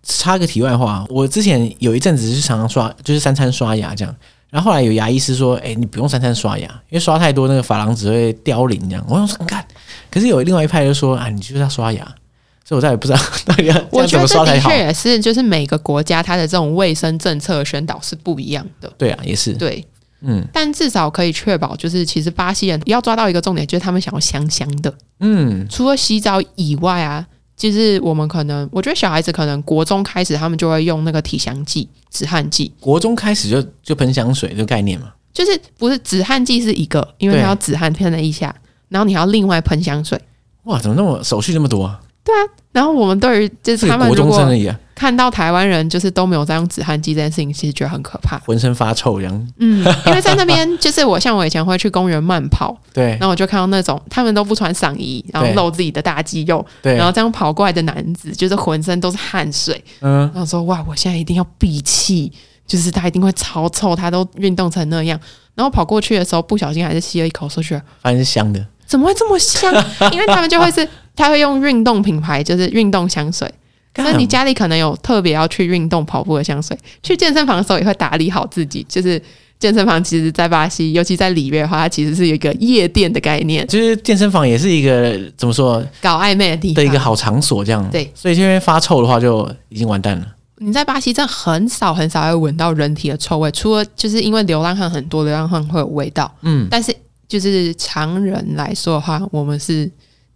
[SPEAKER 1] 插个题外话，我之前有一阵子是常常刷，就是三餐刷牙这样。然后后来有牙医师说：“哎、你不用三餐刷牙，因为刷太多那个珐琅质会凋零。”这样，我想说干。可是有另外一派就说：“啊，你就是要刷牙。”所以我再也不知道到底要这
[SPEAKER 2] 我
[SPEAKER 1] 样
[SPEAKER 2] 觉
[SPEAKER 1] 怎
[SPEAKER 2] 得
[SPEAKER 1] 么
[SPEAKER 2] 这
[SPEAKER 1] 刷才
[SPEAKER 2] 的
[SPEAKER 1] 好
[SPEAKER 2] 确。也是，就是每个国家它的这种卫生政策宣导是不一样的。
[SPEAKER 1] 对啊，也是，
[SPEAKER 2] 对，
[SPEAKER 1] 嗯
[SPEAKER 2] 但至少可以确保，就是其实巴西人要抓到一个重点，就是他们想要香香的。
[SPEAKER 1] 嗯，
[SPEAKER 2] 除了洗澡以外啊，就是我们可能，我觉得小孩子可能国中开始，他们就会用那个体香剂、止汗剂，
[SPEAKER 1] 国中开始就就喷香水这个概念嘛。
[SPEAKER 2] 就是不是止汗剂是一个，因为
[SPEAKER 1] 对
[SPEAKER 2] 它要止汗喷在腋下，然后你还要另外喷香水。
[SPEAKER 1] 哇，怎么那么手续那么多啊？
[SPEAKER 2] 然后我们对于就是
[SPEAKER 1] 这
[SPEAKER 2] 他
[SPEAKER 1] 个
[SPEAKER 2] 们
[SPEAKER 1] 国
[SPEAKER 2] 如
[SPEAKER 1] 中生而
[SPEAKER 2] 果
[SPEAKER 1] 已啊，
[SPEAKER 2] 看到台湾人就是都没有在用止汗剂这件事情，其实觉得很可怕。
[SPEAKER 1] 浑身发臭这样。
[SPEAKER 2] 嗯，因为在那边就是我像我以前会去公园慢跑，
[SPEAKER 1] 对
[SPEAKER 2] 然后我就看到那种他们都不穿上衣，然后
[SPEAKER 1] 对
[SPEAKER 2] 露自己的大肌肉，
[SPEAKER 1] 对
[SPEAKER 2] 然，后这样跑过来的男子，就是浑身都是汗水，
[SPEAKER 1] 嗯，
[SPEAKER 2] 然后说哇，我现在一定要闭气，就是他一定会超臭，他都运动成那样。然后跑过去的时候，不小心还是吸了一口，说觉得
[SPEAKER 1] 反正是香的。
[SPEAKER 2] 怎么会这么 香？因为他们就会是，他会用运动品牌，就是运动香水。
[SPEAKER 1] 干
[SPEAKER 2] 那你家里可能有特别要去运动跑步的香水，去健身房的时候也会打理好自己。就是健身房其实，在巴西，尤其在里约的话，它其实是有一个夜店的概念，
[SPEAKER 1] 就是健身房也是一个怎么说
[SPEAKER 2] 搞暧昧的地
[SPEAKER 1] 的一
[SPEAKER 2] 方。
[SPEAKER 1] 个好场所这样。
[SPEAKER 2] 对，
[SPEAKER 1] 所以这边发臭的话就已经完蛋了。
[SPEAKER 2] 你在巴西真的很少很少会闻到人体的臭味，除了就是因为流浪汉很多，流浪汉会有味道。
[SPEAKER 1] 嗯，
[SPEAKER 2] 但是就是常人来说的话，我们是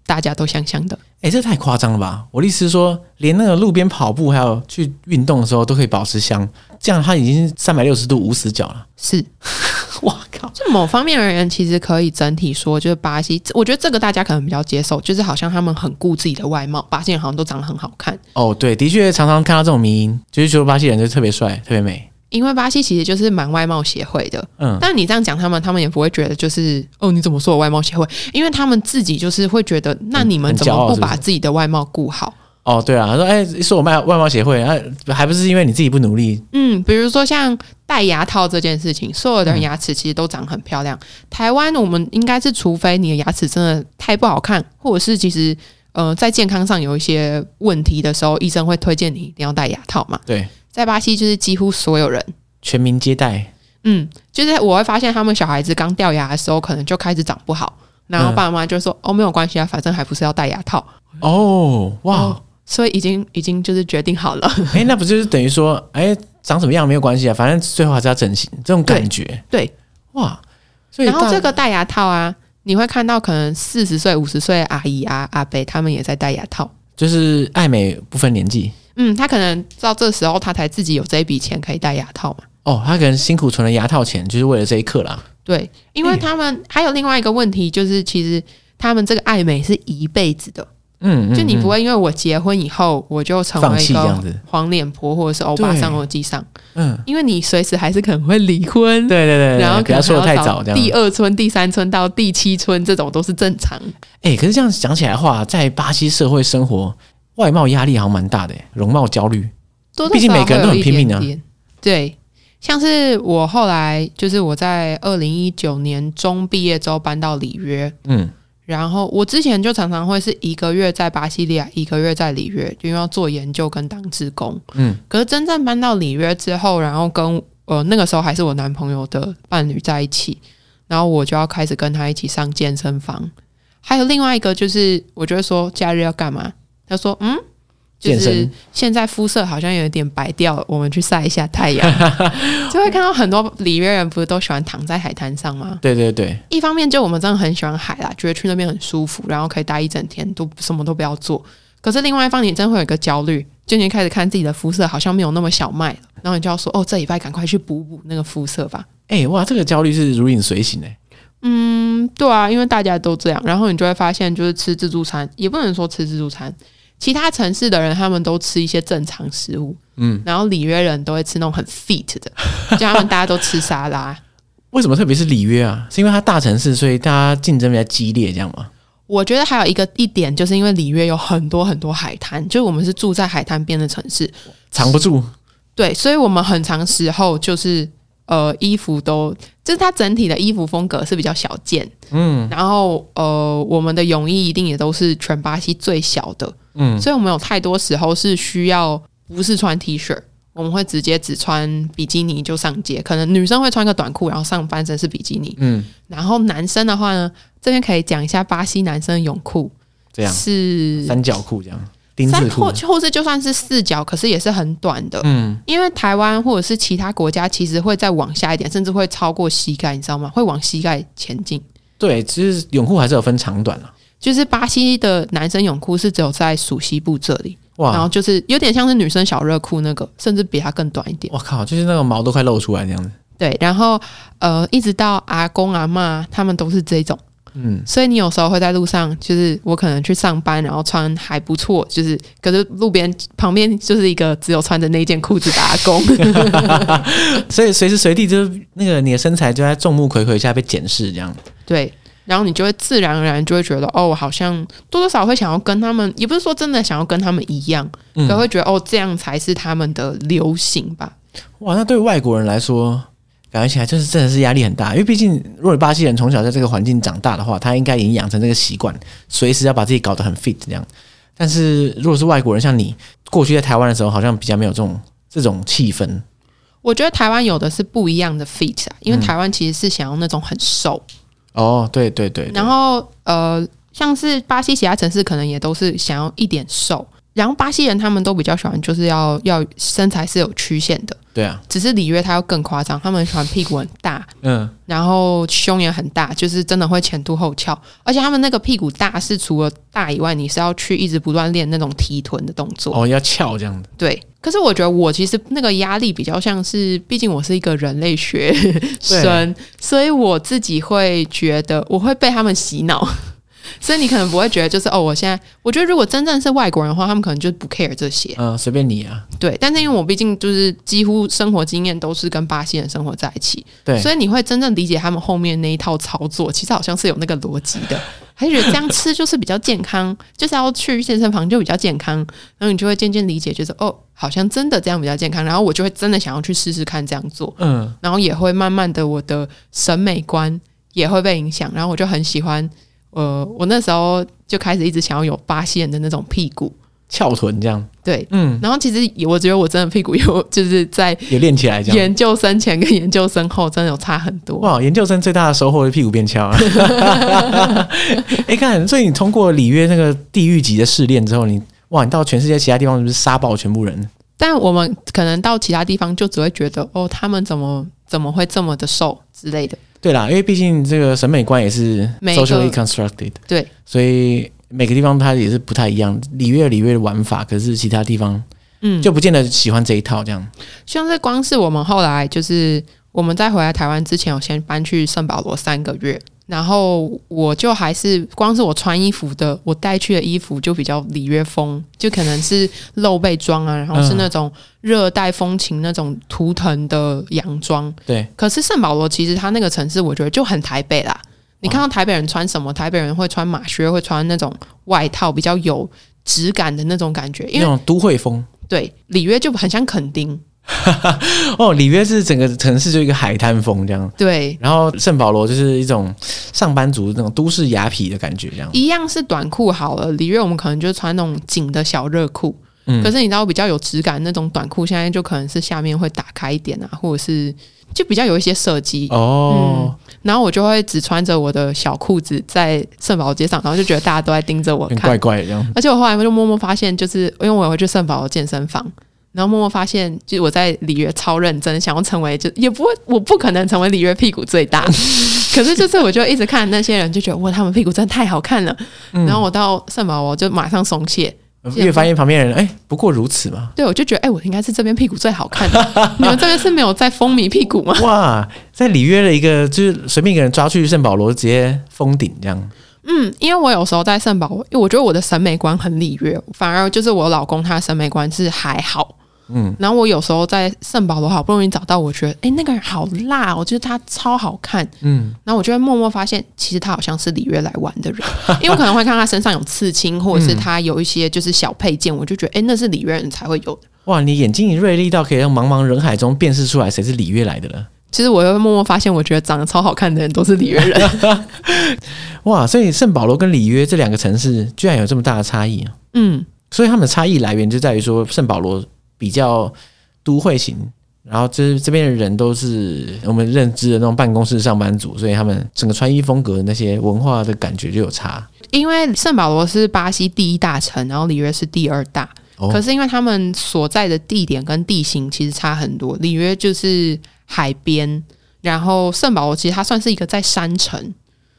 [SPEAKER 2] 大家都香香的。
[SPEAKER 1] 哎、这太夸张了吧！我的意思是说，连那个路边跑步还有去运动的时候都可以保持香，这样它已经三百六十度无死角了。
[SPEAKER 2] 是，
[SPEAKER 1] 哇靠！
[SPEAKER 2] 就某方面而言，其实可以整体说，就是巴西，我觉得这个大家可能比较接受，就是好像他们很顾自己的外貌，巴西人好像都长得很好看，
[SPEAKER 1] 哦，对，的确常常看到这种迷因，就是说巴西人就特别帅、特别美。
[SPEAKER 2] 因为巴西其实就是蛮外貌协会的。
[SPEAKER 1] 嗯，
[SPEAKER 2] 但你这样讲他们，他们也不会觉得就是哦，你怎么说我外貌协会？因为他们自己就是会觉得，那你们
[SPEAKER 1] 嗯很
[SPEAKER 2] 怎么
[SPEAKER 1] 骄傲
[SPEAKER 2] 不
[SPEAKER 1] 是不是
[SPEAKER 2] 把自己的外貌顾好？
[SPEAKER 1] 哦，对啊，他说哎、说我卖外贸协会，啊，还不是因为你自己不努力？
[SPEAKER 2] 嗯，比如说像戴牙套这件事情，所有的人嗯牙齿其实都长得很漂亮。台湾我们应该是，除非你的牙齿真的太不好看，或者是其实呃在健康上有一些问题的时候，医生会推荐你一定要戴牙套嘛。
[SPEAKER 1] 对，
[SPEAKER 2] 在巴西就是几乎所有人，
[SPEAKER 1] 全民接待。
[SPEAKER 2] 嗯，就是我会发现他们小孩子刚掉牙的时候，可能就开始长不好，然后
[SPEAKER 1] 嗯
[SPEAKER 2] 爸妈就说、哦没有关系啊，反正还不是要戴牙套，
[SPEAKER 1] 哦，哇，哎、
[SPEAKER 2] 哦所以已经已经就是决定好了。
[SPEAKER 1] 那不就是等于说，哎、长什么样没有关系啊，反正最后还是要整形，这种感觉。
[SPEAKER 2] 对
[SPEAKER 1] 哇，所以
[SPEAKER 2] 然后
[SPEAKER 1] 大
[SPEAKER 2] 这个戴牙套啊，你会看到可能四十岁、五十岁的阿姨啊、阿伯他们也在戴牙套。
[SPEAKER 1] 就是爱美不分年纪。
[SPEAKER 2] 嗯，他可能到这时候他才自己有这一笔钱可以戴牙套嘛。
[SPEAKER 1] 哦，他可能辛苦存了牙套钱，就是为了这一刻啦。
[SPEAKER 2] 对，因为他们还有另外一个问题，就是其实他们这个爱美是一辈子的，
[SPEAKER 1] 嗯，
[SPEAKER 2] 就你不
[SPEAKER 1] 会
[SPEAKER 2] 会因为我结婚以后我就成
[SPEAKER 1] 放
[SPEAKER 2] 为一
[SPEAKER 1] 弃这样
[SPEAKER 2] 个
[SPEAKER 1] 子。
[SPEAKER 2] 黄脸婆或者是欧巴桑或基上，
[SPEAKER 1] 嗯，
[SPEAKER 2] 因为你随时还是可能会离婚
[SPEAKER 1] 对。对对对，
[SPEAKER 2] 然后
[SPEAKER 1] 不
[SPEAKER 2] 可
[SPEAKER 1] 要
[SPEAKER 2] 能
[SPEAKER 1] 说的
[SPEAKER 2] 还
[SPEAKER 1] 太
[SPEAKER 2] 要
[SPEAKER 1] 早
[SPEAKER 2] 找
[SPEAKER 1] 这
[SPEAKER 2] 第
[SPEAKER 1] 样。
[SPEAKER 2] 二春、第三春到第七春，这种都是正常。
[SPEAKER 1] 哎、可是这样讲起来的话，在巴西社会生活，外貌压力好像蛮大的、欸容貌焦虑。
[SPEAKER 2] 多
[SPEAKER 1] 毕竟每个人都很拼命啊
[SPEAKER 2] 啊。对，像是我后来就是我在二零一九年中毕业之后搬到里约，
[SPEAKER 1] 嗯，
[SPEAKER 2] 然后我之前就常常会是一个月在巴西利亚，一个月在里约，就因为要做研究跟当志工。
[SPEAKER 1] 嗯，
[SPEAKER 2] 可是真正搬到里约之后，然后跟呃那个时候还是我男朋友的伴侣在一起，然后我就要开始跟他一起上健身房。还有另外一个就是，我就会说假日要干嘛？他说嗯，就
[SPEAKER 1] 健
[SPEAKER 2] 是
[SPEAKER 1] 身
[SPEAKER 2] 现在肤色好像有点白掉了，我们去晒一下 太阳。就会看到很多里约人不是都喜欢躺在海滩上吗？
[SPEAKER 1] 对对对，
[SPEAKER 2] 一方面就我们真的很喜欢海啦，觉得去那边很舒服，然后可以待一整天，都什么都不要做。可是另外一方面，你真会有一个焦虑，就你开始看自己的肤色好像没有那么小麦了，然后你就要说哦，这礼拜赶快去补补那个肤色吧。
[SPEAKER 1] 哎、哇，这个焦虑是如影随形哎、
[SPEAKER 2] 嗯，对啊，因为大家都这样，然后你就会发现，就是吃自助餐，也不能说吃自助餐，其他城市的人他们都吃一些正常食物，嗯，然后里约人都会吃那种很 fit 的，就他们大家都吃沙拉，
[SPEAKER 1] 为什么特别是里约啊？是因为它大城市，所以大家竞争比较激烈，这样吗？
[SPEAKER 2] 我觉得还有一个一点，就是因为里约有很多很多海滩，就是我们是住在海滩边的城市，
[SPEAKER 1] 藏不住。
[SPEAKER 2] 对，所以我们很长时候就是呃衣服都，就是它整体的衣服风格是比较小件，嗯，然后呃我们的泳衣一定也都是全巴西最小的，嗯，所以我们有太多时候是需要不是穿 T 恤。我们会直接只穿比基尼就上街，可能女生会穿个短裤，然后上半身是比基尼。嗯，然后男生的话呢，这边可以讲一下巴西男生泳裤
[SPEAKER 1] 这样
[SPEAKER 2] 是
[SPEAKER 1] 三角裤这样，丁字
[SPEAKER 2] 三
[SPEAKER 1] 裤
[SPEAKER 2] 或，或是就算是四角，可是也是很短的。
[SPEAKER 1] 嗯，
[SPEAKER 2] 因为台湾或者是其他国家，其实会再往下一点，甚至会超过膝盖，你知道吗？会往膝盖前进。
[SPEAKER 1] 对，其实泳裤还是有分长短啊。
[SPEAKER 2] 就是巴西的男生泳裤是只有在属西部这里，然后
[SPEAKER 1] 哇，
[SPEAKER 2] 就是有点像是女生小热裤那个，甚至比它更短一点。
[SPEAKER 1] 我靠，就是那个毛都快露出来这样子。
[SPEAKER 2] 对，然后呃，一直到阿公阿嬷他们都是这种，
[SPEAKER 1] 嗯，
[SPEAKER 2] 所以你有时候会在路上，就是我可能去上班，然后穿还不错，就是可是路边旁边就是一个只有穿着那件裤子的阿公，
[SPEAKER 1] 所以随时随地就是那个你的身材就在众目睽睽下被检视这样。
[SPEAKER 2] 对，然后你就会自然而然就会觉得，哦，我好像多多少少会想要跟他们，也不是说真的想要跟他们一样，
[SPEAKER 1] 嗯
[SPEAKER 2] 可会觉得哦，这样才是他们的流行吧。
[SPEAKER 1] 哇，那对外国人来说，感觉起来就是真的是压力很大，因为毕竟如果你巴西人从小在这个环境长大的话，他应该已经养成这个习惯，随时要把自己搞得很 fit 这样。但是如果是外国人，像你过去在台湾的时候，好像比较没有这种这种气氛。
[SPEAKER 2] 我觉得台湾有的是不一样的 fit 啊，
[SPEAKER 1] 嗯
[SPEAKER 2] 因为台湾其实是想要那种很瘦，
[SPEAKER 1] 哦，对对对
[SPEAKER 2] 然后呃，像是巴西其他城市可能也都是想要一点瘦，然后巴西人他们都比较喜欢就是要要身材是有曲线的，
[SPEAKER 1] 对啊，
[SPEAKER 2] 只是里约他要更夸张，他们喜欢屁股很大，
[SPEAKER 1] 嗯，
[SPEAKER 2] 然后胸也很大，就是真的会前凸后翘，而且他们那个屁股大是除了大以外，你是要去一直不断练那种提臀的动作。
[SPEAKER 1] 哦，要翘这样子，
[SPEAKER 2] 对，可是我觉得我其实那个压力比较像是，毕竟我是一个人类学生，所以我自己会觉得我会被他们洗脑。所以你可能不会觉得就是哦，我现在我觉得如果真正是外国人的话，他们可能就不 care 这些，
[SPEAKER 1] 嗯、随便你啊，
[SPEAKER 2] 对。但是因为我毕竟就是几乎生活经验都是跟巴西人生活在一起，
[SPEAKER 1] 对，
[SPEAKER 2] 所以你会真正理解他们后面那一套操作，其实好像是有那个逻辑的。 还觉得这样吃就是比较健康，就是要去健身房就比较健康，然后你就会渐渐理解，就是哦，好像真的这样比较健康。然后我就会真的想要去试试看这样做，
[SPEAKER 1] 嗯，
[SPEAKER 2] 然后也会慢慢的我的审美观也会被影响，然后我就很喜欢，呃，我那时候就开始一直想要有巴西人的那种屁股，
[SPEAKER 1] 翘臀这样，
[SPEAKER 2] 对，
[SPEAKER 1] 嗯，
[SPEAKER 2] 然后其实也我觉得我真的屁股有就是在
[SPEAKER 1] 有练起来这样。
[SPEAKER 2] 研究生前跟研究生后真的有差很多，
[SPEAKER 1] 哇，研究生最大的收获是屁股变 翘啊！哎、看，所以你通过里约那个地狱级的试炼之后，你哇，你到全世界其他地方是不是杀爆全部人？
[SPEAKER 2] 但我们可能到其他地方就只会觉得哦，他们怎么怎么会这么的瘦之类的。
[SPEAKER 1] 对啦，因为毕竟这个审美观也是
[SPEAKER 2] 每个
[SPEAKER 1] socially constructed，
[SPEAKER 2] 对，
[SPEAKER 1] 所以每个地方它也是不太一样。里约有里约的玩法，可是其他地方
[SPEAKER 2] 嗯，
[SPEAKER 1] 就不见得喜欢这一套这样。
[SPEAKER 2] 像是光是我们后来就是我们在回来台湾之前，我先搬去圣保罗三个月，然后我就还是光是我穿衣服的，我带去的衣服就比较里约风，就可能是露背装啊，然后是那种热带风情那种图腾的洋装。
[SPEAKER 1] 对，
[SPEAKER 2] 可是圣保罗其实它那个城市，我觉得就很台北啦。你
[SPEAKER 1] 哦
[SPEAKER 2] 看到台北人穿什么？台北人会穿马靴，会穿那种外套，比较有质感的那种感觉。因
[SPEAKER 1] 那
[SPEAKER 2] 为
[SPEAKER 1] 种都会风
[SPEAKER 2] 对里约就很像垦丁，
[SPEAKER 1] 哦，里约是整个城市就一个海滩风这样。
[SPEAKER 2] 对，
[SPEAKER 1] 然后圣保罗就是一种上班族那种都市雅痞的感觉，这样。
[SPEAKER 2] 一样是短裤好了。里约我们可能就穿那种紧的小热裤，
[SPEAKER 1] 嗯
[SPEAKER 2] 可是你知道比较有质感那种短裤，现在就可能是下面会打开一点啊，或者是就比较有一嗯些设计。
[SPEAKER 1] 哦，
[SPEAKER 2] 然后我就会只穿着我的小裤子在圣保罗街上，然后就觉得大家都在盯着我
[SPEAKER 1] 很
[SPEAKER 2] 看
[SPEAKER 1] 怪。怪的这样。
[SPEAKER 2] 而且我后来就默默发现，就是因为我也会去圣保罗健身房，然后默默发现，就是我在里约超认真，想要成为就也不会，我不可能成为里约屁股最大，可是就是我就一直看那些人，就觉得哇，他们屁股真的太好看了。然后我到圣保罗就马上松懈，
[SPEAKER 1] 越发现旁边人，哎、不过如此 嘛。
[SPEAKER 2] 对我就觉得，哎、我应该是这边屁股最好看的。你们这边是没有在风靡屁股吗？
[SPEAKER 1] 哇，在里约的一个就是随便一个人抓去圣保罗，直接封顶这样。
[SPEAKER 2] 嗯，因为我有时候在圣保罗，因为我觉得我的审美观很里约，反而就是我老公他的审美观是还好。嗯，然后我有时候在圣保罗好不容易找到，我觉得哎那个人好辣、哦，我觉得他超好看。
[SPEAKER 1] 嗯，
[SPEAKER 2] 然后我就会默默发现，其实他好像是里约来玩的人，因为我可能会看他身上有刺青，或者是他有一些就是小配件，我就觉得哎那是里约人才会有的。
[SPEAKER 1] 哇，你眼睛锐利到可以让茫茫人海中辨识出来谁是里约来的了。
[SPEAKER 2] 其实我又默默发现，我觉得哎长得超好看的人都是里约人。
[SPEAKER 1] 哇，所以圣保罗跟里约这两个城市居然有这么大的差异啊！
[SPEAKER 2] 嗯，
[SPEAKER 1] 所以他们的差异来源就在于说，圣保罗比较都会型，然后这这边的人都是我们认知的那种办公室上班族，所以他们整个穿衣风格那些文化的感觉就有差。
[SPEAKER 2] 因为圣保罗是巴西第一大城，然后里约是第二大。
[SPEAKER 1] 哦
[SPEAKER 2] 可是因为他们所在的地点跟地形其实差很多，里约就是海边，然后圣保罗其实它算是一个在山城，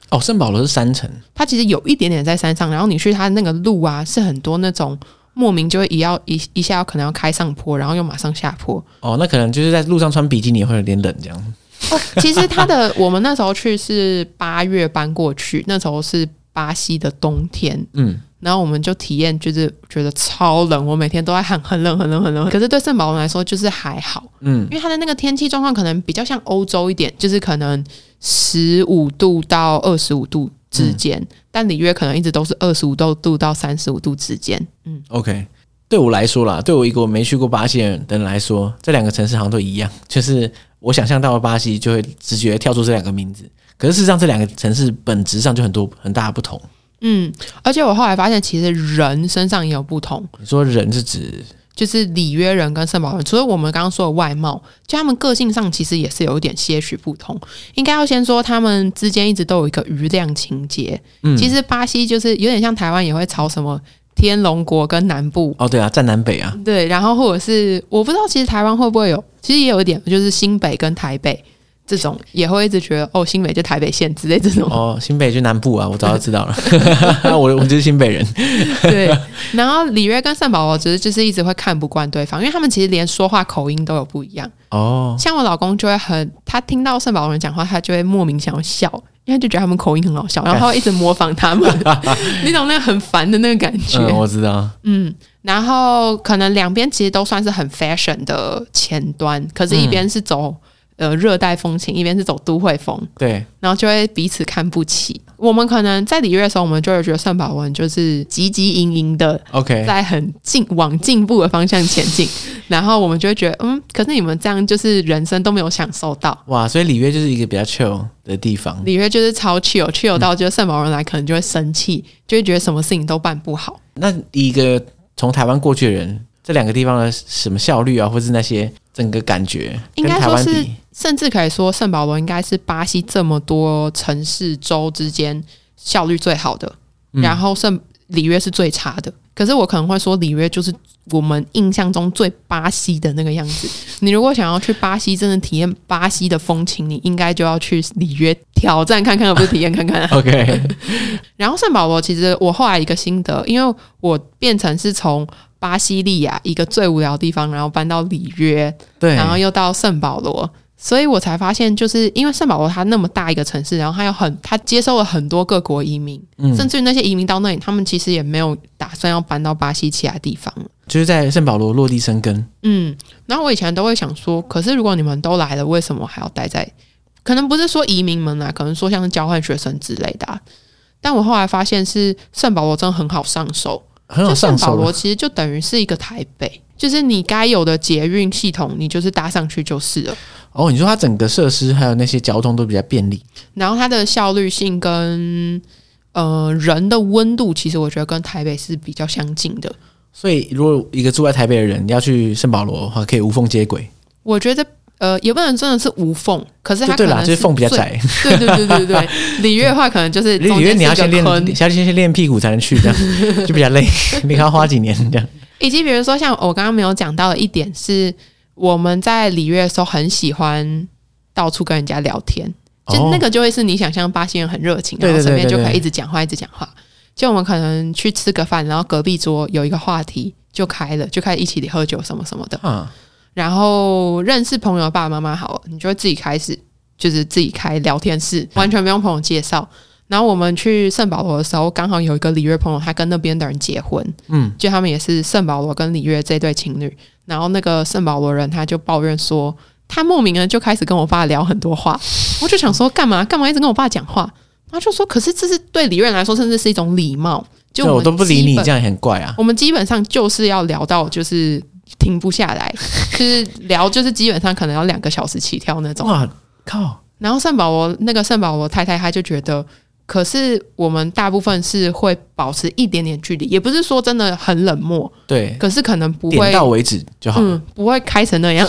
[SPEAKER 1] 哦，圣保罗是山城，
[SPEAKER 2] 它其实有一点点在山上，然后你去它那个路啊，是很多那种莫名就会一要一一下可能要开上坡，然后又马上下坡。
[SPEAKER 1] 哦，那可能就是在路上穿比基尼会有点冷这样。
[SPEAKER 2] 其实它的我们那时候去是八月搬过去，那时候是巴西的冬天。
[SPEAKER 1] 嗯，
[SPEAKER 2] 然后我们就体验，就是觉得超冷，我每天都在喊很冷很冷很冷。可是对圣保罗来说就是还好，
[SPEAKER 1] 嗯，
[SPEAKER 2] 因为它的那个天气状况可能比较像欧洲一点，就是可能十五度到二十五度之间，但里约可能一直都是二十五度度到三十五度之间。嗯，
[SPEAKER 1] OK，对我来说啦，对我一个我没去过巴西的人来说，这两个城市好像都一样，就是我想象到的巴西就会直觉跳出这两个名字。可是事实上，这两个城市本质上就很多很大的不同。
[SPEAKER 2] 嗯，而且我后来发现，其实人身上也有不同，
[SPEAKER 1] 你说人是指
[SPEAKER 2] 就是里约人跟圣保罗人，除了我们刚刚说的外貌，就他们个性上其实也是有一点些许不同。应该要先说他们之间一直都有一个余量情节。
[SPEAKER 1] 嗯
[SPEAKER 2] 其实巴西就是有点像台湾也会吵什么天龙国跟南部。
[SPEAKER 1] 哦，对啊，占南北啊，
[SPEAKER 2] 对，然后或者是我不知道，其实台湾会不会有，其实也有一点，就是新北跟台北这种也会一直觉得哦，新北就台北县之类 这种。
[SPEAKER 1] 哦，新北就南部啊，我早就知道 了，我我就是新北人。
[SPEAKER 2] 对，然后里约跟圣保罗只是就是一直会看不惯对方，因为他们其实连说话口音都有不一样。
[SPEAKER 1] 哦，
[SPEAKER 2] 像我老公就会很，他听到圣保罗人讲话，他就会莫名想要笑，因为他就觉得他们口音很好笑，然后他会一直模仿他们，你懂那个很烦的那个感觉。
[SPEAKER 1] 嗯，我知道，
[SPEAKER 2] 嗯，然后可能两边其实都算是很 fashion 的前端，可是一边是走、呃热带风情，一边是走都会风，
[SPEAKER 1] 对，
[SPEAKER 2] 然后就会彼此看不起。我们可能在里约的时候，我们就会觉得圣保罗人就是汲汲营营的
[SPEAKER 1] OK，
[SPEAKER 2] 在很进往进步的方向前进，然后我们就会觉得，嗯，可是你们这样就是人生都没有享受到。
[SPEAKER 1] 哇，所以里约就是一个比较 chill 的地方。
[SPEAKER 2] 里约就是超 chill，chill 到就是圣保罗人来可能就会生气，就会觉得什么事情都办不好。
[SPEAKER 1] 那以一个从台湾过去的人，这两个地方的什么效率啊，或是那些整个感觉，
[SPEAKER 2] 应
[SPEAKER 1] 跟
[SPEAKER 2] 该
[SPEAKER 1] 台
[SPEAKER 2] 说
[SPEAKER 1] 湾
[SPEAKER 2] 是
[SPEAKER 1] 比，，
[SPEAKER 2] 甚至可以说圣保罗应该是巴西这么多城市州之间效率最好的，
[SPEAKER 1] 嗯
[SPEAKER 2] 然后圣里约是最差的。可是我可能会说，里约就是我们印象中最巴西的那个样子。 你如果想要去巴西，真的体验巴西的风情，你应该就要去里约挑战看看，而不是体验看看、啊。
[SPEAKER 1] OK，
[SPEAKER 2] 然后圣保罗其实我后来一个心得，因为我变成是从巴西利亚一个最无聊的地方，然后搬到里约，
[SPEAKER 1] 对，
[SPEAKER 2] 然后又到圣保罗，所以我才发现，就是因为圣保罗它那么大一个城市，然后它有很它接受了很多各国移民，
[SPEAKER 1] 嗯，
[SPEAKER 2] 甚至于那些移民到那里，他们其实也没有打算要搬到巴西其他地方。
[SPEAKER 1] 就是在圣保罗落地生根，
[SPEAKER 2] 嗯，然后我以前都会想说，可是如果你们都来了，为什么还要待在？可能不是说移民们啊，可能说像是交换学生之类的啊、但我后来发现是圣保罗真的很好上手，
[SPEAKER 1] 很好
[SPEAKER 2] 就
[SPEAKER 1] 哦上
[SPEAKER 2] 圣保
[SPEAKER 1] 手
[SPEAKER 2] 罗
[SPEAKER 1] 了。
[SPEAKER 2] 其实就等于是一个台北，就是你该有的捷运系统，你就是搭上去就是了。
[SPEAKER 1] 哦，你说它整个设施还有那些交通都比较便利，
[SPEAKER 2] 然后它的效率性跟呃人的温度，其实我觉得跟台北是比较相近的。
[SPEAKER 1] 所以如果一个住在台北的人要去圣保罗的话，可以无缝接轨。
[SPEAKER 2] 我觉得呃也不能真的是无缝，可是
[SPEAKER 1] 就
[SPEAKER 2] 它
[SPEAKER 1] 对
[SPEAKER 2] 可
[SPEAKER 1] 啦，
[SPEAKER 2] 能
[SPEAKER 1] 就是缝比较
[SPEAKER 2] 最。
[SPEAKER 1] 窄，
[SPEAKER 2] 对对对对对， 里约的话可能就是
[SPEAKER 1] 里
[SPEAKER 2] 中
[SPEAKER 1] 约
[SPEAKER 2] 间
[SPEAKER 1] 你要
[SPEAKER 2] 是
[SPEAKER 1] 先
[SPEAKER 2] 一个
[SPEAKER 1] 练，
[SPEAKER 2] 坑，
[SPEAKER 1] 要先先练屁股才能去，这样就比较累， 你还要花几年这样。
[SPEAKER 2] 以及比如说像我刚刚没有讲到的一点是，我们在里约的时候很喜欢到处跟人家聊天。就那
[SPEAKER 1] 哦，
[SPEAKER 2] 个就会是你想象巴西人很热情，
[SPEAKER 1] 对
[SPEAKER 2] 然后
[SPEAKER 1] 对
[SPEAKER 2] 身
[SPEAKER 1] 对
[SPEAKER 2] 边就
[SPEAKER 1] 对
[SPEAKER 2] 可以
[SPEAKER 1] 对
[SPEAKER 2] 一直讲话，一直讲话。就我们可能去吃个饭，然后隔壁桌有一个话题就开了，就开始一起喝酒什么什么的。
[SPEAKER 1] 啊，
[SPEAKER 2] 然后认识朋友的爸爸妈妈好了，你就会自己开始，就是自己开聊天
[SPEAKER 1] 嗯
[SPEAKER 2] 室，完全不用朋友介绍。然后我们去圣保罗的时候，刚好有一个里约朋友，他跟那边的人结婚，
[SPEAKER 1] 嗯，
[SPEAKER 2] 就他们也是圣保罗跟里约这对情侣。然后那个圣保罗人他就抱怨说，他莫名的就开始跟我爸聊很多话，我就想说干嘛干嘛一直跟我爸讲话，他就说，可是这是对里约人来说，甚至是一种礼貌，就
[SPEAKER 1] 对我
[SPEAKER 2] 们
[SPEAKER 1] 都不理你，
[SPEAKER 2] 基本
[SPEAKER 1] 这样也很怪啊。
[SPEAKER 2] 我们基本上就是要聊到 就是停不下来，就是聊就是基本上可能要两个小时起跳那种。
[SPEAKER 1] 哇，靠，
[SPEAKER 2] 然后圣保罗那个圣保罗太太，她就觉得，可是我们大部分是会保持一点点距离，也不是说真的很冷漠，
[SPEAKER 1] 对，
[SPEAKER 2] 可是可能不
[SPEAKER 1] 点
[SPEAKER 2] 会，
[SPEAKER 1] 到为止就好。
[SPEAKER 2] 嗯，不会开成 那样。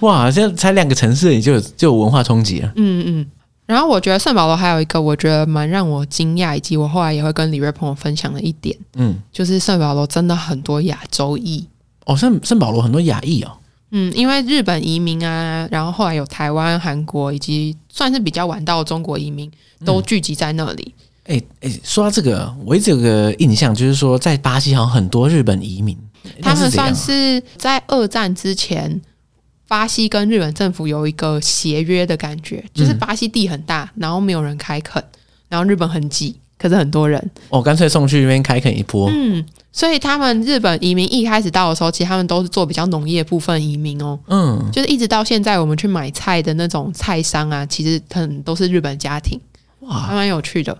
[SPEAKER 1] 哇，现在才两个城市，你就有就有文化冲击了。
[SPEAKER 2] 嗯嗯。然后我觉得圣保罗还有一个我觉得蛮让我惊讶，以及我后来也会跟李瑞朋友分享的一点，
[SPEAKER 1] 嗯，
[SPEAKER 2] 就是圣保罗真的很多亚洲裔。
[SPEAKER 1] 哦，圣圣保罗很多亚裔哦，
[SPEAKER 2] 嗯，因为日本移民啊，然后后来有台湾、韩国，以及算是比较晚到的中国移民，
[SPEAKER 1] 嗯
[SPEAKER 2] 都聚集在那里。
[SPEAKER 1] 哎哎，说到这个，我一直有个印象，就是说在巴西好像很多日本移民，
[SPEAKER 2] 他
[SPEAKER 1] 那
[SPEAKER 2] 们
[SPEAKER 1] 是怎样啊
[SPEAKER 2] 算是在二战之前，巴西跟日本政府有一个协约的感觉，就是
[SPEAKER 1] 嗯
[SPEAKER 2] 巴西地很大，然后没有人开垦，然后日本很挤，可是很多人。
[SPEAKER 1] 哦，干脆送去那边开垦一波。
[SPEAKER 2] 嗯，所以他们日本移民一开始到的时候，其实他们都是做比较农业部分移民哦。
[SPEAKER 1] 嗯，
[SPEAKER 2] 就是一直到现在，我们去买菜的那种菜商啊，其实很都是日本家庭，还
[SPEAKER 1] 哇，
[SPEAKER 2] 蛮有趣的。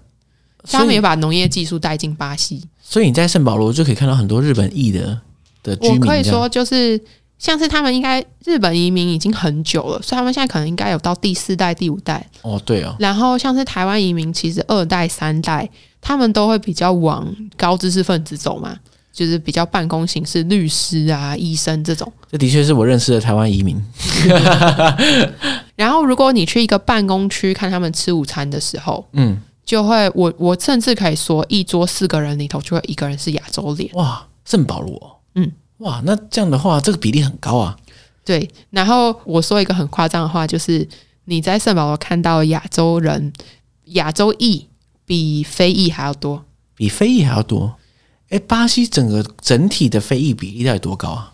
[SPEAKER 2] 他
[SPEAKER 1] 所
[SPEAKER 2] 们也
[SPEAKER 1] 以
[SPEAKER 2] 把农业技术带进巴西。
[SPEAKER 1] 所以你在圣保罗就可以看到很多日本裔的的居
[SPEAKER 2] 我
[SPEAKER 1] 民，
[SPEAKER 2] 可以
[SPEAKER 1] 这样
[SPEAKER 2] 说，就是像是他们应该日本移民已经很久了，所以他们现在可能应该有到第四代、第五代。
[SPEAKER 1] 哦，对哦，
[SPEAKER 2] 然后像是台湾移民，其实二代、三代他们都会比较往高知识分子走嘛，就是比较办公形式，律师啊、医生这种。
[SPEAKER 1] 这的确是我认识的台湾移民。
[SPEAKER 2] 然后如果你去一个办公区看他们吃午餐的时候，
[SPEAKER 1] 嗯，
[SPEAKER 2] 就会我我甚至可以说，一桌四个人里头就会一个人是亚洲脸。
[SPEAKER 1] 哇，圣保罗，哦
[SPEAKER 2] 嗯，
[SPEAKER 1] 哇，那这样的话，这个比例很高啊。
[SPEAKER 2] 对，然后我说一个很夸张的话，就是你在圣保罗看到亚洲人、亚洲裔比非裔还要多。
[SPEAKER 1] 比非裔还要多。哎，巴西整个整体的非裔比例到底多高啊？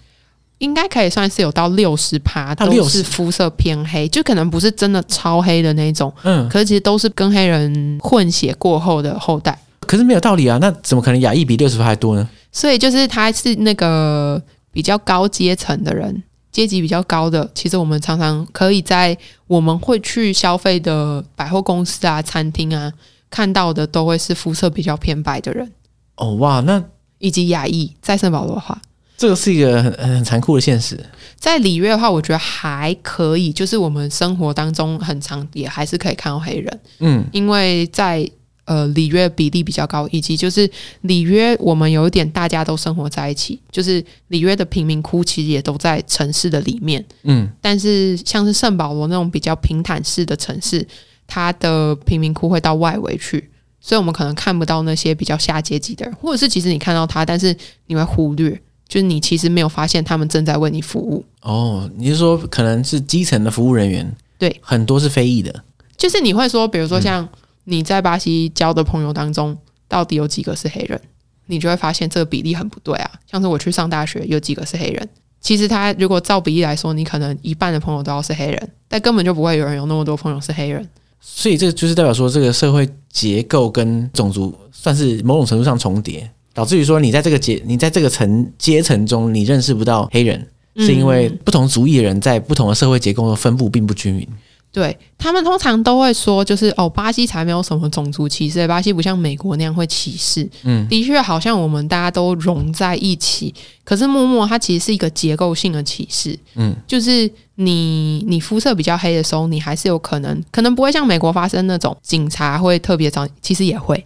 [SPEAKER 2] 应该可以算是有到六十趴，
[SPEAKER 1] 到
[SPEAKER 2] 都
[SPEAKER 1] 60
[SPEAKER 2] 是肤色偏黑，就可能不是真的超黑的那种，
[SPEAKER 1] 嗯，
[SPEAKER 2] 可是其实都是跟黑人混血过后的后代。
[SPEAKER 1] 可是没有道理啊，那怎么可能亚裔比六十还多呢？
[SPEAKER 2] 所以就是他是那个比较高阶层的人，阶级比较高的，其实我们常常可以在我们会去消费的百货公司啊、餐厅啊看到的，都会是肤色比较偏白的人，
[SPEAKER 1] 哦哇，那
[SPEAKER 2] 以及亚裔。在圣保罗的话，
[SPEAKER 1] 这个是一个很很残酷的现实。
[SPEAKER 2] 在里约的话，我觉得还可以，就是我们生活当中很常也还是可以看到黑人，
[SPEAKER 1] 嗯，
[SPEAKER 2] 因为在。呃，里约比例比较高，以及就是里约，我们有一点大家都生活在一起，就是里约的贫民窟其实也都在城市的里面，
[SPEAKER 1] 嗯，
[SPEAKER 2] 但是像是圣保罗那种比较平坦式的城市，它的贫民窟会到外围去，所以我们可能看不到那些比较下阶级的人，或者是其实你看到他，但是你会忽略，就是你其实没有发现他们正在为你服务。
[SPEAKER 1] 哦，你是说可能是基层的服务人员？
[SPEAKER 2] 对，
[SPEAKER 1] 很多是非裔的。
[SPEAKER 2] 就是你会说，比如说像你在巴西交的朋友当中，到底有几个是黑人？你就会发现这个比例很不对啊。像是我去上大学，有几个是黑人？其实他如果照比例来说，你可能一半的朋友都要是黑人，但根本就不会有人有那么多朋友是黑人。
[SPEAKER 1] 所以这就是代表说，这个社会结构跟种族算是某种程度上重叠，导致于说你在这个阶你在这个层阶层中，你认识不到黑人，是因为不同族裔的人在不同的社会结构的分布并不均匀。
[SPEAKER 2] 对他们通常都会说，就是哦，巴西才没有什么种族歧视，巴西不像美国那样会歧视。
[SPEAKER 1] 嗯，
[SPEAKER 2] 的确，好像我们大家都融在一起，可是默默它其实是一个结构性的歧视。
[SPEAKER 1] 嗯，
[SPEAKER 2] 就是你你肤色比较黑的时候，你还是有可能，可能不会像美国发生那种警察会特别找你，其实也会，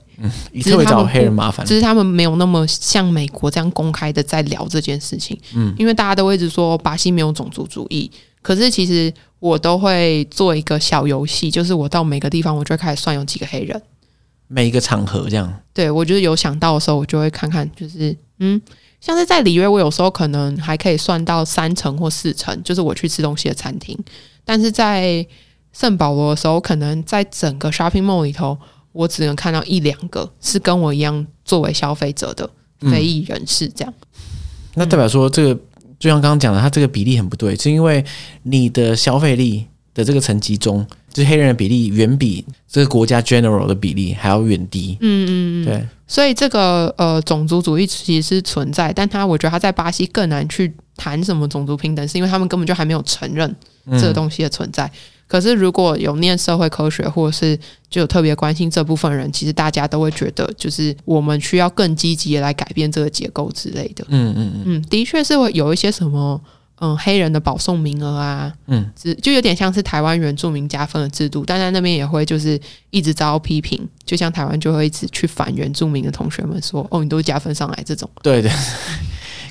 [SPEAKER 1] 你特别找黑人麻烦
[SPEAKER 2] 只。是他们没有那么像美国这样公开的在聊这件事情。嗯，因为大家都会一直说巴西没有种族主义，可是其实我都会做一个小游戏，就是我到每个地方，我就会开始算有几个黑人。
[SPEAKER 1] 每一个场合这样，
[SPEAKER 2] 对我就是有想到的时候，我就会看看，就是嗯，像是在里约，我有时候可能还可以算到三成或四成，就是我去吃东西的餐厅。但是在圣保罗的时候，可能在整个 shopping mall 里头，我只能看到一两个是跟我一样作为消费者的非裔人士这样。嗯
[SPEAKER 1] 那代表说这个就像刚刚讲的，它这个比例很不对，是因为你的消费力的这个层级中，就是黑人的比例远比这个国家 general 的比例还要远低。嗯嗯嗯，对，
[SPEAKER 2] 所以这个呃种族主义其实是存在，但他我觉得他在巴西更难去谈什么种族平等，是因为他们根本就还没有承认这个
[SPEAKER 1] 嗯
[SPEAKER 2] 东西的存在。可是如果有念社会科学，或者是就有特别关心这部分人，其实大家都会觉得，就是我们需要更积极的来改变这个结构之类的。
[SPEAKER 1] 嗯嗯嗯，
[SPEAKER 2] 嗯，的确是会有一些什么。嗯黑人的保送名额啊，
[SPEAKER 1] 嗯，
[SPEAKER 2] 只就有点像是台湾原住民加分的制度，但在那边也会就是一直遭批评，就像台湾就会一直去反原住民的同学们说，哦，你都加分上来这种，
[SPEAKER 1] 对 对，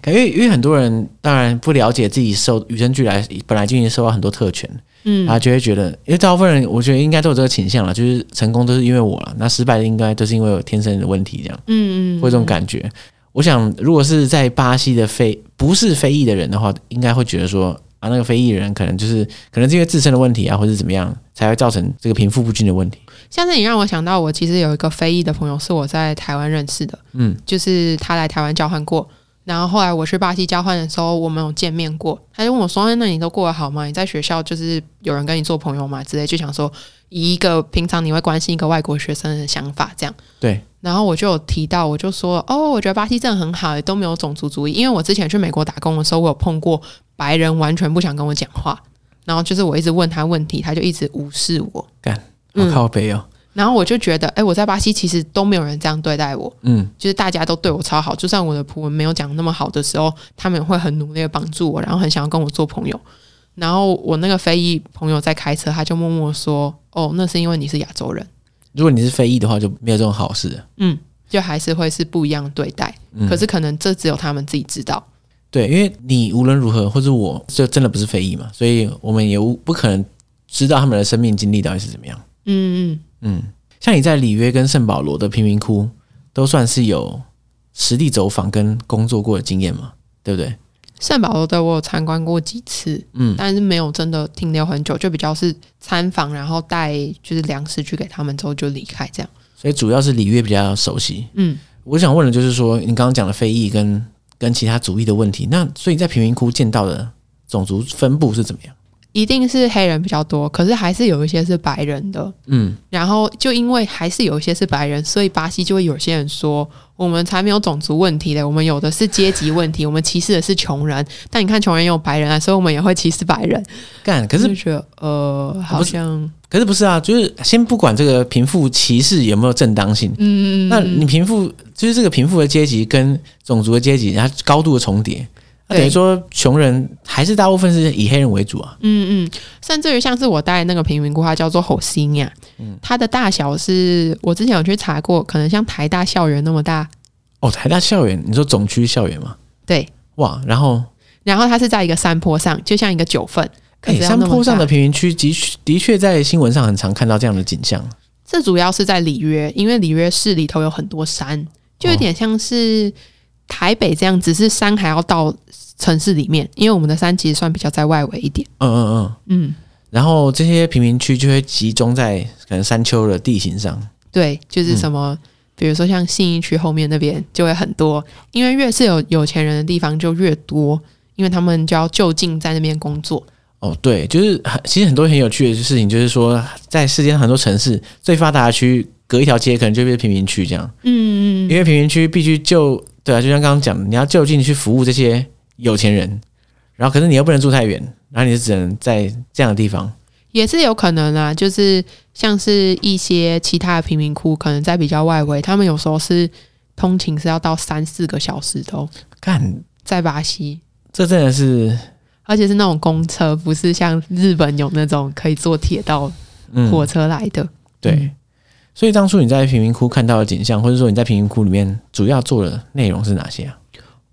[SPEAKER 1] 感觉因为很多人当然不了解自己受与生俱来本来就已经受到很多特权，
[SPEAKER 2] 嗯
[SPEAKER 1] 他就会觉得，因为大部分人我觉得应该都有这个倾向了，就是成功都是因为我了，那失败的应该都是因为我天生的问题这样，
[SPEAKER 2] 嗯嗯，
[SPEAKER 1] 会有这种感觉。我想，如果是在巴西的非不是非裔的人的话，应该会觉得说啊，那个非裔人可能就是可能是因为自身的问题啊，或者是怎么样，才会造成这个贫富不均的问题。
[SPEAKER 2] 像是你让我想到，我其实有一个非裔的朋友是我在台湾认识的，
[SPEAKER 1] 嗯，
[SPEAKER 2] 就是他来台湾交换过，然后后来我去巴西交换的时候，我们有见面过，他就问我说：“哎那你都过得好吗？你在学校就是有人跟你做朋友吗？”之类，就想说以一个平常你会关心一个外国学生的想法这样。
[SPEAKER 1] 对，
[SPEAKER 2] 然后我就有提到，我就说：“哦，我觉得巴西真的很好，也都没有种族主义。因为我之前去美国打工的时候，我有碰过白人完全不想跟我讲话，然后就是我一直问他问题，他就一直无视我。”
[SPEAKER 1] 好
[SPEAKER 2] 嗯
[SPEAKER 1] 靠北哦，
[SPEAKER 2] 然后我就觉得，哎、我在巴西其实都没有人这样对待我，
[SPEAKER 1] 嗯，
[SPEAKER 2] 就是大家都对我超好，就算我的葡文没有讲那么好的时候，他们也会很努力的帮助我，然后很想要跟我做朋友。然后我那个非裔朋友在开车，他就默默说：“哦，那是因为你是亚洲人，
[SPEAKER 1] 如果你是非裔的话，就没有这种好事了。
[SPEAKER 2] 嗯，就还是会是不一样的对待。
[SPEAKER 1] 嗯
[SPEAKER 2] 可是可能这只有他们自己知道，
[SPEAKER 1] 对，因为你无论如何，或者我就真的不是非裔嘛，所以我们也无不可能知道他们的生命经历到底是怎么样。
[SPEAKER 2] 嗯嗯，
[SPEAKER 1] 嗯，像你在里约跟圣保罗的贫民窟，都算是有实地走访跟工作过的经验嘛，对不对？
[SPEAKER 2] 圣保罗的我有参观过几次，
[SPEAKER 1] 嗯，
[SPEAKER 2] 但是没有真的停留很久，就比较是参访，然后带就是粮食去给他们之后就离开这样，
[SPEAKER 1] 所以主要是里约比较熟悉。
[SPEAKER 2] 嗯。
[SPEAKER 1] 我想问的就是说，你刚刚讲的非裔跟跟其他族裔的问题，那所以你在贫民窟见到的种族分布是怎么样？
[SPEAKER 2] 一定是黑人比较多，可是还是有一些是白人的。
[SPEAKER 1] 嗯，
[SPEAKER 2] 然后就因为还是有一些是白人，所以巴西就会有些人说，我们才没有种族问题嘞，我们有的是阶级问题，我们歧视的是穷人。但你看穷人也有白人啊，所以我们也会歧视白人。
[SPEAKER 1] 干，可是
[SPEAKER 2] 就觉得呃，好像
[SPEAKER 1] 可是不是啊？就是先不管这个贫富歧视有没有正当性，
[SPEAKER 2] 嗯，
[SPEAKER 1] 那你贫富就是这个贫富的阶级跟种族的阶级，它高度的重叠，那
[SPEAKER 2] 对
[SPEAKER 1] 等于说穷人还是大部分是以黑人为主啊。
[SPEAKER 2] 嗯嗯，甚至于像是我带那个贫民窟，它叫做吼星呀，
[SPEAKER 1] 嗯
[SPEAKER 2] 它的大小是我之前有去查过，可能像台大校园那么大，
[SPEAKER 1] 哦，台大校园，你说总区校园吗？
[SPEAKER 2] 对。
[SPEAKER 1] 哇，然后
[SPEAKER 2] 然后它是在一个山坡上，就像一个九份。可
[SPEAKER 1] 哎、
[SPEAKER 2] 是要
[SPEAKER 1] 山
[SPEAKER 2] 那么
[SPEAKER 1] 坡上
[SPEAKER 2] 大
[SPEAKER 1] 的贫民区的确的确在新闻上很常看到这样的景象。啊
[SPEAKER 2] 这主要是在里约，因为里约市里头有很多山，就有点像是台北这样，只是山还要到城市里面，因为我们的山其实算比较在外围一点。
[SPEAKER 1] 嗯嗯嗯，
[SPEAKER 2] 嗯，
[SPEAKER 1] 然后这些贫民区就会集中在可能山丘的地形上。
[SPEAKER 2] 对，就是什么，比如说像信义区后面那边就会很多，因为越是有有钱人的地方就越多，因为他们就要就近在那边工作。
[SPEAKER 1] 哦，对，就是很其实很多很有趣的事情，就是说在世界上很多城市最发达的区，隔一条街可能就变成贫民区这样。
[SPEAKER 2] 嗯
[SPEAKER 1] 因为贫民区必须就对啊，就像刚刚讲的，你要就近去服务这些有钱人，然后可是你又不能住太远，然后你就只能在这样的地方。
[SPEAKER 2] 也是有可能啦，就是像是一些其他的贫民窟，可能在比较外围，他们有时候是通勤是要到三四个小时的、哦，
[SPEAKER 1] 看，
[SPEAKER 2] 在巴西，
[SPEAKER 1] 这真的是，
[SPEAKER 2] 而且是那种公车，不是像日本有那种可以坐铁道、
[SPEAKER 1] 嗯，
[SPEAKER 2] 火车来的。
[SPEAKER 1] 对。嗯所以当初你在贫民窟看到的景象，或者说你在贫民窟里面主要做的内容是哪些啊？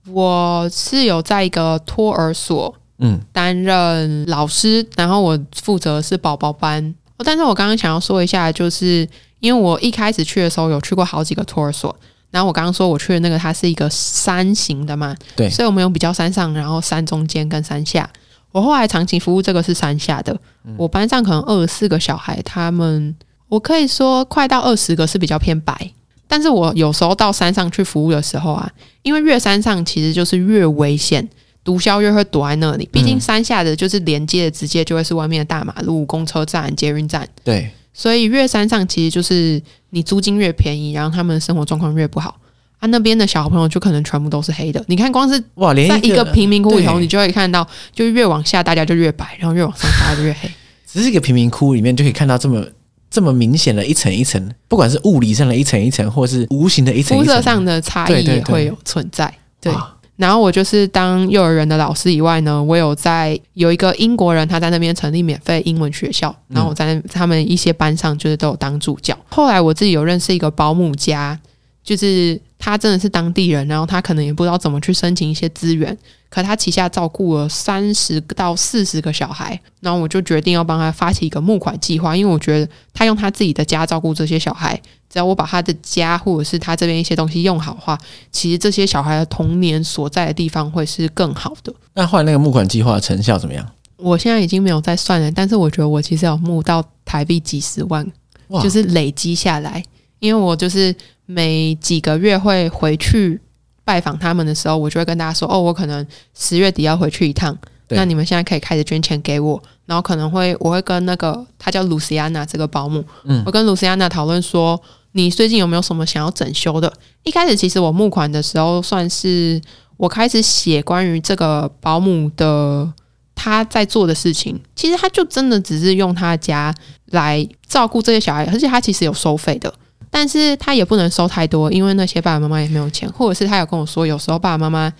[SPEAKER 2] 我是有在一个托儿所
[SPEAKER 1] 嗯，
[SPEAKER 2] 担任老师，然后我负责是宝宝班。哦但是我刚刚想要说一下，就是因为我一开始去的时候有去过好几个托儿所，然后我刚刚说我去的那个它是一个山形的嘛，
[SPEAKER 1] 对
[SPEAKER 2] 所以我们有比较山上，然后山中间跟山下。我后来长期服务这个是山下的，我班上可能二十四个小孩，他们我可以说快到二十个是比较偏白，但是我有时候到山上去服务的时候啊，因为越山上其实就是越危险，毒枭越会躲在那里。毕竟山下的就是连接的，直接就会是外面的大马路、公车站、捷运站，
[SPEAKER 1] 对，
[SPEAKER 2] 所以越山上其实就是你租金越便宜，然后他们的生活状况越不好。啊，那边的小朋友就可能全部都是黑的。你看，光是
[SPEAKER 1] 哇，连
[SPEAKER 2] 在一个贫民窟里头，
[SPEAKER 1] 对
[SPEAKER 2] 你就会看到，就越往下大家就越白，然后越往上大家就越黑。
[SPEAKER 1] 只是一个贫民窟里面就可以看到这么这么明显的一层一层，不管是物理上的一层一层，或是无形的一层
[SPEAKER 2] 肤
[SPEAKER 1] 一层，
[SPEAKER 2] 色上的差
[SPEAKER 1] 对啊
[SPEAKER 2] 异
[SPEAKER 1] 对
[SPEAKER 2] 也
[SPEAKER 1] 对
[SPEAKER 2] 会有存在。对
[SPEAKER 1] 哇
[SPEAKER 2] 然后我就是当幼儿园的老师以外呢，我有在有一个英国人，他在那边成立免费英文学校，
[SPEAKER 1] 嗯
[SPEAKER 2] 然后我在他们一些班上就是都有当助教。后来我自己有认识一个保姆家，就是他真的是当地人，然后他可能也不知道怎么去申请一些资源，可他旗下照顾了三十到四十个小孩，然后我就决定要帮他发起一个募款计划，因为我觉得他用他自己的家照顾这些小孩，只要我把他的家或者是他这边一些东西用好的话，其实这些小孩的童年所在的地方会是更好的。
[SPEAKER 1] 那后来那个募款计划成效怎么样？
[SPEAKER 2] 我现在已经没有在算了，但是我觉得我其实有募到台币几十万，
[SPEAKER 1] 哇，
[SPEAKER 2] 就是累积下来，因为我就是每几个月会回去拜访他们的时候，我就会跟大家说，哦，我可能十月底要回去一趟，
[SPEAKER 1] 对
[SPEAKER 2] 那你们现在可以开始捐钱给我，然后可能会我会跟那个她叫露西安娜这个保姆，
[SPEAKER 1] 嗯
[SPEAKER 2] 我跟露西安娜讨论说，你最近有没有什么想要整修的？一开始其实我募款的时候算是我开始写关于这个保姆的。她在做的事情，其实她就真的只是用她的家来照顾这些小孩，而且他其实有收费的，但是他也不能收太多，因为那些爸爸妈妈也没有钱，或者是他有跟我说，有时候爸爸妈妈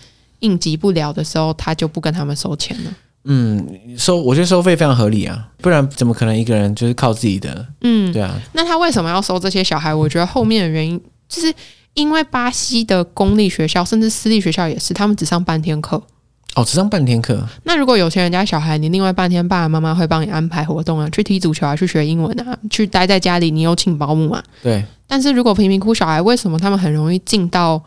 [SPEAKER 2] 应急不了的时候，他就不跟他们收钱了。
[SPEAKER 1] 嗯，收我觉得收费非常合理啊，不然怎么可能一个人就是靠自己的？
[SPEAKER 2] 嗯，
[SPEAKER 1] 对啊，
[SPEAKER 2] 那他为什么要收这些小孩？我觉得后面的原因就是因为巴西的公立学校，甚至私立学校也是，他们只上半天课。
[SPEAKER 1] 哦，只上半天课，
[SPEAKER 2] 那如果有钱人家小孩，你另外半天爸爸妈妈会帮你安排活动啊，去踢足球啊，去学英文啊，去待在家里，你有请保姆啊，
[SPEAKER 1] 对，
[SPEAKER 2] 但是如果贫民窟小孩，为什么他们很容易进到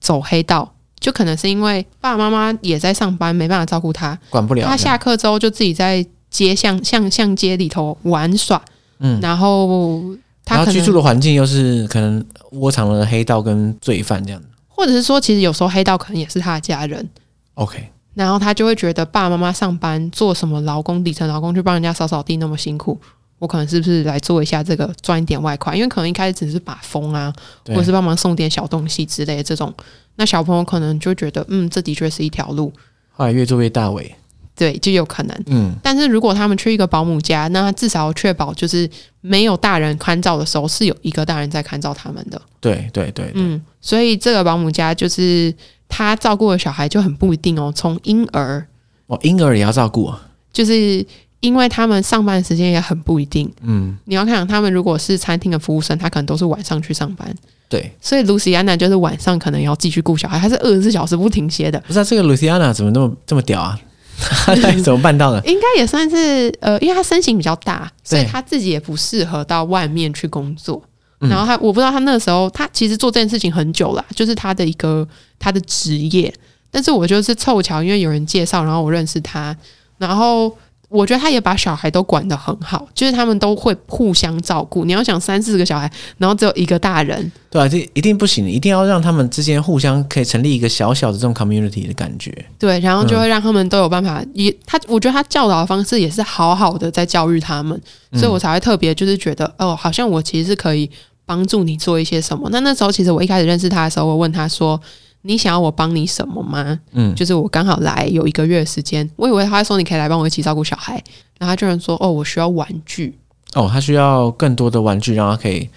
[SPEAKER 2] 走黑道？就可能是因为爸爸妈妈也在上班，没办法照顾他。
[SPEAKER 1] 管不了。
[SPEAKER 2] 他下课之后就自己在街巷巷巷街里头玩耍，
[SPEAKER 1] 嗯，
[SPEAKER 2] 然后
[SPEAKER 1] 然
[SPEAKER 2] 他
[SPEAKER 1] 后
[SPEAKER 2] 可
[SPEAKER 1] 居住
[SPEAKER 2] 能，
[SPEAKER 1] 的环境又是可能窝藏了黑道跟罪犯这样子。
[SPEAKER 2] 或者是说，其实有时候黑道可能也是他的家人，
[SPEAKER 1] OK，
[SPEAKER 2] 然后他就会觉得爸爸妈妈上班做什么劳工底层劳工去帮人家扫扫地那么辛苦，我可能是不是来做一下这个赚一点外快？因为可能一开始只是把风啊，
[SPEAKER 1] 对
[SPEAKER 2] 或者是帮忙送点小东西之类的这种，那小朋友可能就觉得嗯，这的确是一条路，
[SPEAKER 1] 后来越做越大尾。
[SPEAKER 2] 对，就有可能。
[SPEAKER 1] 嗯，
[SPEAKER 2] 但是如果他们去一个保姆家，那至少确保就是没有大人看照的时候，是有一个大人在看照他们的。
[SPEAKER 1] 对对对，
[SPEAKER 2] 嗯，所以这个保姆家就是他照顾的小孩就很不一定哦，从婴儿
[SPEAKER 1] 哦，婴儿也要照顾啊。
[SPEAKER 2] 就是因为他们上班时间也很不一定。
[SPEAKER 1] 嗯，
[SPEAKER 2] 你要看他们如果是餐厅的服务生，他可能都是晚上去上班，
[SPEAKER 1] 对，
[SPEAKER 2] 所以露西安娜就是晚上可能要继续顾小孩，她是二十四小时不停歇的，
[SPEAKER 1] 不知道这个 Luciana 怎么那么这么屌啊？ 他怎么办到的？
[SPEAKER 2] 应该也算是呃，因为她身形比较大，所以
[SPEAKER 1] 对
[SPEAKER 2] 她自己也不适合到外面去工作。
[SPEAKER 1] 嗯
[SPEAKER 2] 然后她，我不知道她那时候，她其实做这件事情很久了，就是她的一个她的职业。但是我就是凑巧，因为有人介绍，然后我认识她，然后我觉得她也把小孩都管得很好，就是他们都会互相照顾。你要想三四个小孩，然后只有一个大人，
[SPEAKER 1] 对啊，这一定不行，一定要让他们之间互相可以成立一个小小的这种 community 的感觉。
[SPEAKER 2] 对，然后就会让他们都有办法，也他，我觉得他教导的方式也是好好的在教育他们，所以我才会特别就是觉得，哦，好像我其实是可以帮助你做一些什么。那那时候其实我一开始认识他的时候，我问他说：“你想要我帮你什么吗？”
[SPEAKER 1] 嗯，
[SPEAKER 2] 就是我刚好来有一个月的时间，我以为他会说你可以来帮我一起照顾小孩，然后他居然说：“哦，我需要玩具。
[SPEAKER 1] 哦，他需要更多的玩具，让他可以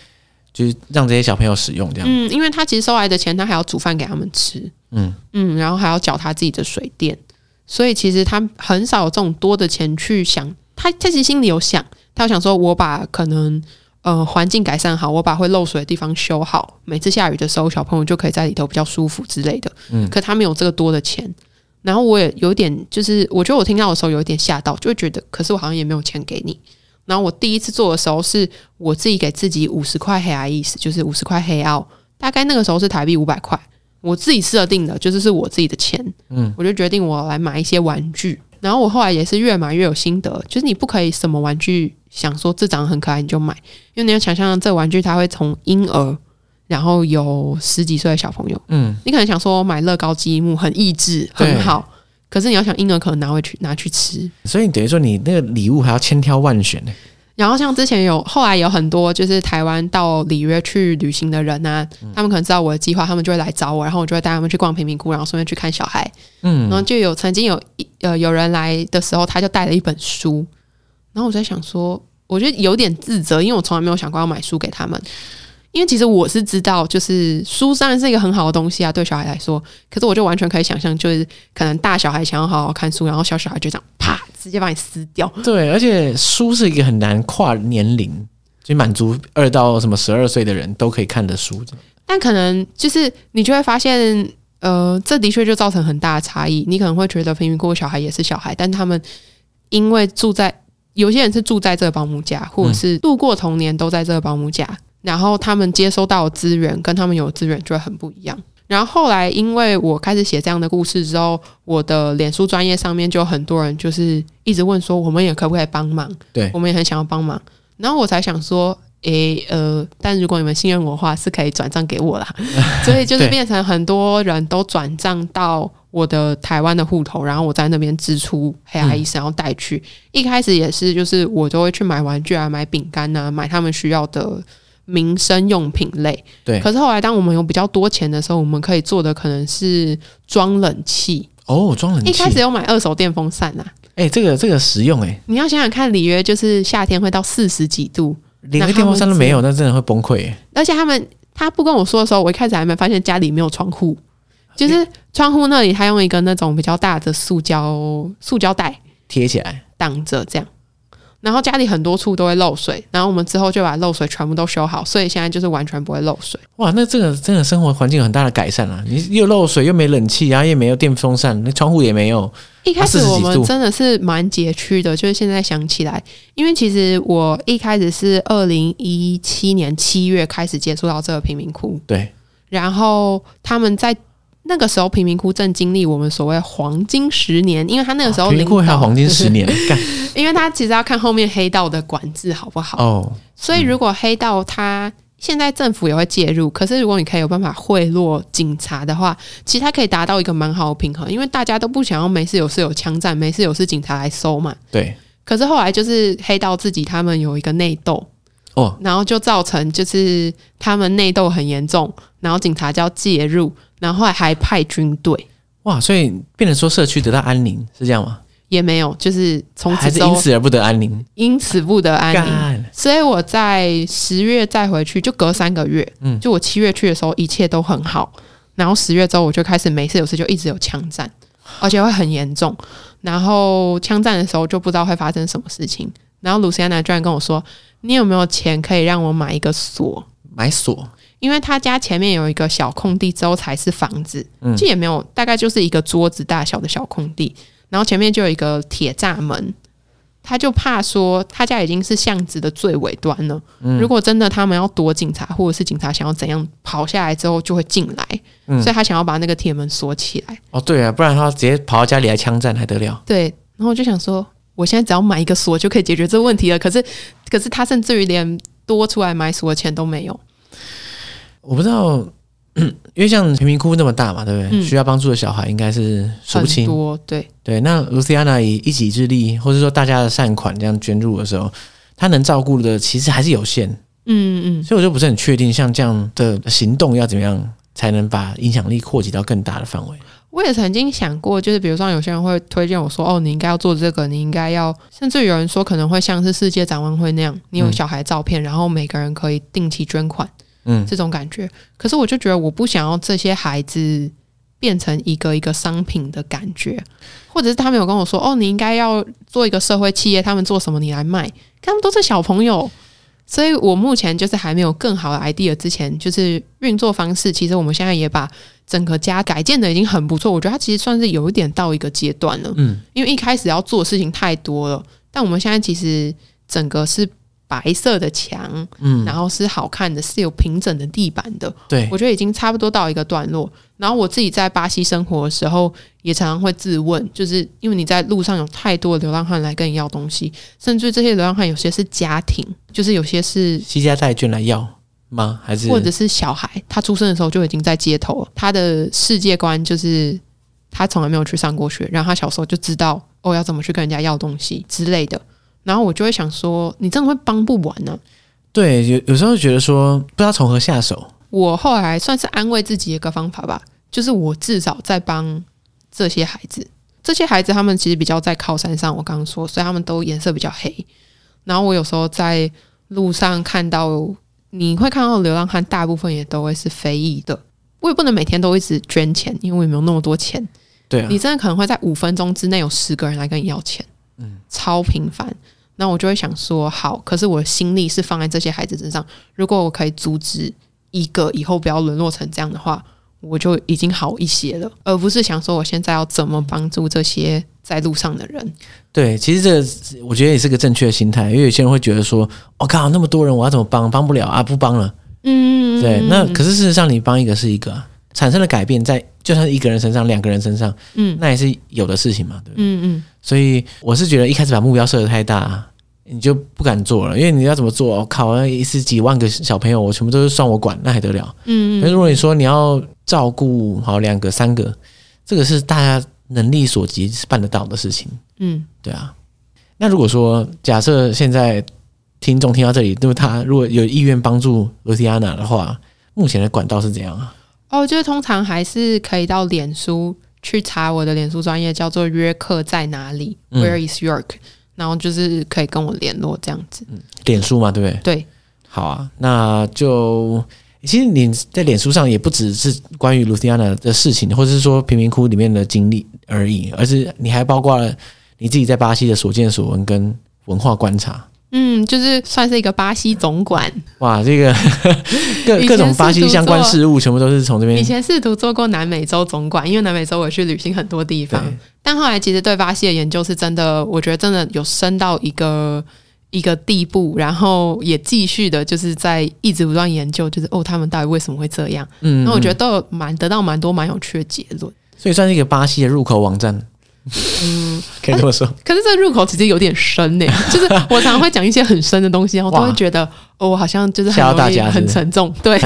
[SPEAKER 1] 就是让这些小朋友使用这”样。
[SPEAKER 2] 嗯，因为他其实收来的钱，他还要煮饭给他们吃。
[SPEAKER 1] 嗯
[SPEAKER 2] 嗯，然后还要缴他自己的水电，所以其实他很少有这种多的钱去想，他他其实心里有想，他有想说我把可能呃环境改善好，我把会漏水的地方修好，每次下雨的时候小朋友就可以在里头比较舒服之类的，
[SPEAKER 1] 嗯
[SPEAKER 2] 可他没有这个多的钱。然后我也有点，就是我觉得我听到的时候有一点吓到，就会觉得，可是我好像也没有钱给你。然后我第一次做的时候，是我自己给自己五十块黑 I 意思，就是五十块黑澳，大概那个时候是台币五百块，我自己设定的，就是是我自己的钱，
[SPEAKER 1] 嗯，
[SPEAKER 2] 我就决定我来买一些玩具。然后我后来也是越买越有心得，就是你不可以什么玩具想说这长得很可爱你就买，因为你要想象这玩具它会从婴儿，然后有十几岁的小朋友，
[SPEAKER 1] 嗯，
[SPEAKER 2] 你可能想说买乐高积木很益智
[SPEAKER 1] 对
[SPEAKER 2] 很好，可是你要想婴儿可能拿回去拿去吃，
[SPEAKER 1] 所以你等于说你那个礼物还要千挑万选呢。
[SPEAKER 2] 然后像之前有后来有很多就是台湾到里约去旅行的人啊，他们可能知道我的计划，他们就会来找我，然后我就会带他们去逛贫民窟，然后顺便去看小孩。
[SPEAKER 1] 嗯
[SPEAKER 2] 然后就有曾经有一呃有人来的时候，他就带了一本书，然后我在想说，我觉得有点自责，因为我从来没有想过要买书给他们。因为其实我是知道，就是书当然是一个很好的东西啊，对小孩来说。可是我就完全可以想象，就是可能大小孩想要好好看书，然后小小孩就这样啪，直接把你撕掉。
[SPEAKER 1] 对，而且书是一个很难跨年龄，就满足二到什么十二岁的人都可以看的书。
[SPEAKER 2] 但可能就是你就会发现，呃，这的确就造成很大的差异。你可能会觉得贫民窟的小孩也是小孩，但他们因为住在有些人是住在这个保姆家，或者是度过童年都在这个保姆家，然后他们接收到的资源跟他们有的资源就会很不一样。然后后来，因为我开始写这样的故事之后，我的脸书专业上面就有很多人就是一直问说，我们也可不可以帮忙？
[SPEAKER 1] 对
[SPEAKER 2] 我们也很想要帮忙。然后我才想说，诶，呃，但如果你们信任我的话，是可以转账给 我啦。所以就是
[SPEAKER 1] 对
[SPEAKER 2] 变成很多人都转账到我的台湾的户头，然后我在那边支出黑
[SPEAKER 1] 嗯
[SPEAKER 2] 阿姨想要带去。一开始也是，就是我都会去买玩具啊、买饼干啊、买他们需要的民生用品类。
[SPEAKER 1] 对
[SPEAKER 2] 可是后来，当我们有比较多钱的时候，我们可以做的可能是装冷气。
[SPEAKER 1] 哦，装冷
[SPEAKER 2] 一
[SPEAKER 1] 气，
[SPEAKER 2] 开始有买二手电风扇啊，
[SPEAKER 1] 哎、这个这个实用哎、
[SPEAKER 2] 你要想想看，里约就是夏天会到四十几度，
[SPEAKER 1] 连个电风扇都没有，那真的会崩溃、欸。
[SPEAKER 2] 而且他们他不跟我说的时候，我一开始还没发现家里没有窗户，就是窗户那里他用一个那种比较大的塑胶塑胶袋
[SPEAKER 1] 贴起来，
[SPEAKER 2] 挡着这样。然后家里很多处都会漏水，然后我们之后就把漏水全部都修好，所以现在就是完全不会漏水。
[SPEAKER 1] 哇，那这个真的生活环境有很大的改善啊！你又漏水，又没冷气，啊然后也没有电风扇，那窗户也没有。
[SPEAKER 2] 一开始
[SPEAKER 1] 啊40几
[SPEAKER 2] 我们
[SPEAKER 1] 度
[SPEAKER 2] 真的是蛮拮据的，就是现在想起来，因为其实我一开始是二零一七年七月开始接触到这个贫民窟，
[SPEAKER 1] 对，
[SPEAKER 2] 然后他们在那个时候贫民窟正经历我们所谓黄金十年，因为他那个时候
[SPEAKER 1] 哦贫民窟
[SPEAKER 2] 领
[SPEAKER 1] 还
[SPEAKER 2] 导
[SPEAKER 1] 有黄金 十，年，干
[SPEAKER 2] 因为他其实要看后面黑道的管制好不好，
[SPEAKER 1] 哦，
[SPEAKER 2] 所以如果黑道他。现在政府也会介入，可是如果你可以有办法贿赂警察的话，其实它可以达到一个蛮好的平衡，因为大家都不想要没事有事有枪战，没事有事警察来搜嘛。
[SPEAKER 1] 对，
[SPEAKER 2] 可是后来就是黑道自己他们有一个内斗，
[SPEAKER 1] 哦，
[SPEAKER 2] 然后就造成就是他们内斗很严重，然后警察就要介入，然后后来还派军队，
[SPEAKER 1] 哇，所以变成说社区得到安宁是这样吗？
[SPEAKER 2] 也没有，就是从
[SPEAKER 1] 还
[SPEAKER 2] 此
[SPEAKER 1] 是
[SPEAKER 2] 之后
[SPEAKER 1] 因此而不得安宁？
[SPEAKER 2] 因此不得安宁。
[SPEAKER 1] 干，
[SPEAKER 2] 所以我在十月再回去，就隔三个月，
[SPEAKER 1] 嗯
[SPEAKER 2] 就我七月去的时候一切都很好，然后十月之后我就开始没事有事就一直有枪战，而且会很严重。然后枪战的时候就不知道会发生什么事情。然后卢西安娜居然跟我说：“你有没有钱可以让我买一个锁？”
[SPEAKER 1] 买锁，
[SPEAKER 2] 因为他家前面有一个小空地，之后才是房子，
[SPEAKER 1] 嗯
[SPEAKER 2] 这也没有，大概就是一个桌子大小的小空地，然后前面就有一个铁栅门。他就怕说他家已经是巷子的最尾端了，
[SPEAKER 1] 嗯
[SPEAKER 2] 如果真的他们要躲警察，或者是警察想要怎样跑下来之后就会进来，
[SPEAKER 1] 嗯
[SPEAKER 2] 所以他想要把那个铁门锁起来。
[SPEAKER 1] 哦，对啊，不然他直接跑到家里来枪战还得了？
[SPEAKER 2] 对，然后我就想说，我现在只要买一个锁就可以解决这个问题了。可是，可是他甚至于连多出来买锁的钱都没有。
[SPEAKER 1] 我不知道， 因为像贫民窟那么大嘛，对不对？
[SPEAKER 2] 嗯
[SPEAKER 1] 需要帮助的小孩应该是数
[SPEAKER 2] 很
[SPEAKER 1] 不清。
[SPEAKER 2] 多对，
[SPEAKER 1] 对，那卢西安娜以一己之力，或者说大家的善款这样捐入的时候，她能照顾的其实还是有限，
[SPEAKER 2] 嗯嗯，
[SPEAKER 1] 所以我就不是很确定，像这样的行动要怎么样才能把影响力扩及到更大的范围。
[SPEAKER 2] 我也曾经想过，就是比如说有些人会推荐我说，哦，你应该要做这个，你应该要，甚至有人说可能会像是世界展望会那样，你有
[SPEAKER 1] 嗯
[SPEAKER 2] 小孩照片，然后每个人可以定期捐款
[SPEAKER 1] 嗯，
[SPEAKER 2] 这种感觉。可是我就觉得我不想要这些孩子变成一个一个商品的感觉，或者是他们有跟我说，哦，你应该要做一个社会企业，他们做什么你来卖，他们都是小朋友。所以我目前就是还没有更好的 idea 之前，就是运作方式，其实我们现在也把整个家改建的已经很不错，我觉得它其实算是有一点到一个阶段了。
[SPEAKER 1] 嗯，
[SPEAKER 2] 因为一开始要做的事情太多了，但我们现在其实整个是白色的墙，
[SPEAKER 1] 嗯
[SPEAKER 2] 然后是好看的，是有平整的地板的，
[SPEAKER 1] 对
[SPEAKER 2] 我，觉得已经差不多到一个段落。然后我自己在巴西生活的时候，也常常会自问，就是因为你在路上有太多的流浪汉来跟你要东西，甚至这些流浪汉有些是家庭，就是有些是
[SPEAKER 1] 西家带捐来要吗？还是
[SPEAKER 2] 或者是小孩，他出生的时候就已经在街头了，他的世界观就是他从来没有去上过学，然后他小时候就知道哦要怎么去跟人家要东西之类的。然后我就会想说，你真的会帮不完呢、啊
[SPEAKER 1] 对？有有时候觉得说不知道从何下手。
[SPEAKER 2] 我后来算是安慰自己一个方法吧，就是我至少在帮这些孩子。这些孩子他们其实比较在靠山上，我刚刚说，所以他们都颜色比较黑。然后我有时候在路上看到你会看到流浪汉大部分也都会是非裔的。我也不能每天都一直捐钱，因为我也没有那么多钱。
[SPEAKER 1] 对啊
[SPEAKER 2] 你，真的可能会在五分钟之内有十个人来跟你要钱，嗯，超频繁。那我就会想说，好，可是我的心力是放在这些孩子身上。如果我可以阻止一个以后不要沦落成这样的话，我就已经好一些了，而不是想说我现在要怎么帮助这些在路上的人。
[SPEAKER 1] 对，其实这个我觉得也是个正确的心态，因为有些人会觉得说，我、靠，那么多人，我要怎么帮？帮不了啊，不帮了。
[SPEAKER 2] 嗯，
[SPEAKER 1] 对，那可是事实上，你帮一个是一个、啊，产生了改变在，就算是一个人身上、两个人身上，
[SPEAKER 2] 嗯
[SPEAKER 1] 那也是有的事情嘛，对不对？
[SPEAKER 2] 嗯嗯，
[SPEAKER 1] 所以我是觉得一开始把目标设得太大、啊你就不敢做了，因为你要怎么做？我、哦靠，那一次几万个小朋友，我全部都是算我管，那还得了？
[SPEAKER 2] 嗯
[SPEAKER 1] 可是如果你说你要照顾好两个、三个，这个是大家能力所及是办得到的事情，
[SPEAKER 2] 嗯，
[SPEAKER 1] 对啊。那如果说假设现在听众听到这里，那么他如果有意愿帮助罗提亚娜的话，目前的管道是怎样啊？
[SPEAKER 2] 哦，就是通常还是可以到脸书去查我的脸书专业，叫做约克在哪里、
[SPEAKER 1] 嗯
[SPEAKER 2] w h e r e is York？然后就是可以跟我联络这样子。
[SPEAKER 1] 嗯脸书嘛，对不对？
[SPEAKER 2] 对，
[SPEAKER 1] 好啊，那就其实你在脸书上也不只是关于 Luciana 的事情，或者是说贫民窟里面的经历而已，而是你还包括了你自己在巴西的所见所闻跟文化观察。
[SPEAKER 2] 嗯，就是算是一个巴西总管。
[SPEAKER 1] 哇，这个 各
[SPEAKER 2] 以前
[SPEAKER 1] 各种巴西
[SPEAKER 2] 是读
[SPEAKER 1] 相关
[SPEAKER 2] 作
[SPEAKER 1] 事务全部都是从这边
[SPEAKER 2] 以前试图做过南美洲总管，因为南美洲我去旅行很多
[SPEAKER 1] 对
[SPEAKER 2] 地方，但后来其实对巴西的研究是真的，我觉得真的有深到一个一个地步，然后也继续的就是在一直不断研究，就是哦，他们到底为什么会这样？
[SPEAKER 1] 嗯，
[SPEAKER 2] 那我觉得
[SPEAKER 1] 得
[SPEAKER 2] 都有蛮得到蛮多蛮有趣的结论。
[SPEAKER 1] 所以算是一个巴西的入口网站，
[SPEAKER 2] 嗯，
[SPEAKER 1] 可以这么说。
[SPEAKER 2] 可是这入口其实有点 深呢、就是我常常会讲一些很深的东西，然后都
[SPEAKER 1] 哇
[SPEAKER 2] 会觉得哦，我好像就是很
[SPEAKER 1] 吓到大
[SPEAKER 2] 容易
[SPEAKER 1] 家是不是
[SPEAKER 2] 很沉重， 对，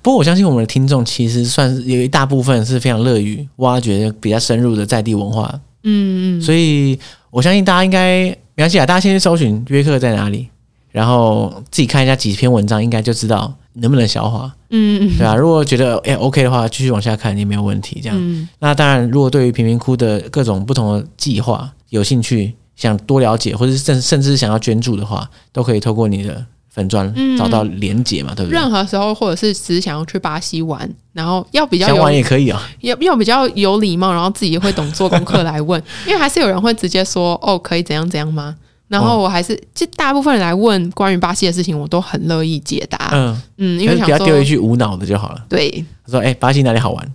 [SPEAKER 1] 不过我相信我们的听众其实算是有一大部分是非常乐于挖掘比较深入的在地文化，
[SPEAKER 2] 嗯嗯，
[SPEAKER 1] 所以我相信大家应该没关系啊，大家先去搜寻约克在哪里，然后自己看一下几篇文章，应该就知道能不能消化，
[SPEAKER 2] 嗯嗯
[SPEAKER 1] 对啊，如果觉得哎、OK 的话，继续往下看也没有问题。这样，
[SPEAKER 2] 嗯，
[SPEAKER 1] 那当然，如果对于贫民窟的各种不同的计划有兴趣，想多了解，或者是甚甚至是想要捐助的话，都可以透过你的粉砖
[SPEAKER 2] 嗯
[SPEAKER 1] 找到连结嘛，对不对？
[SPEAKER 2] 任何时候或者是只是想要去巴西玩，然后要比较
[SPEAKER 1] 想
[SPEAKER 2] 有
[SPEAKER 1] 玩也可以啊，
[SPEAKER 2] 要要比较有礼貌，然后自己会懂做功课来 问，因为还是有人会直接说哦，可以怎样怎样吗？然后我还是，就大部分人来问关于巴西的事情，我都很乐意解答。
[SPEAKER 1] 嗯，
[SPEAKER 2] 嗯，因
[SPEAKER 1] 可
[SPEAKER 2] 为
[SPEAKER 1] 是
[SPEAKER 2] 想
[SPEAKER 1] 不要丢一
[SPEAKER 2] 说，
[SPEAKER 1] 句无脑的就好了。
[SPEAKER 2] 对，
[SPEAKER 1] 他说：“哎、巴西哪里好玩？”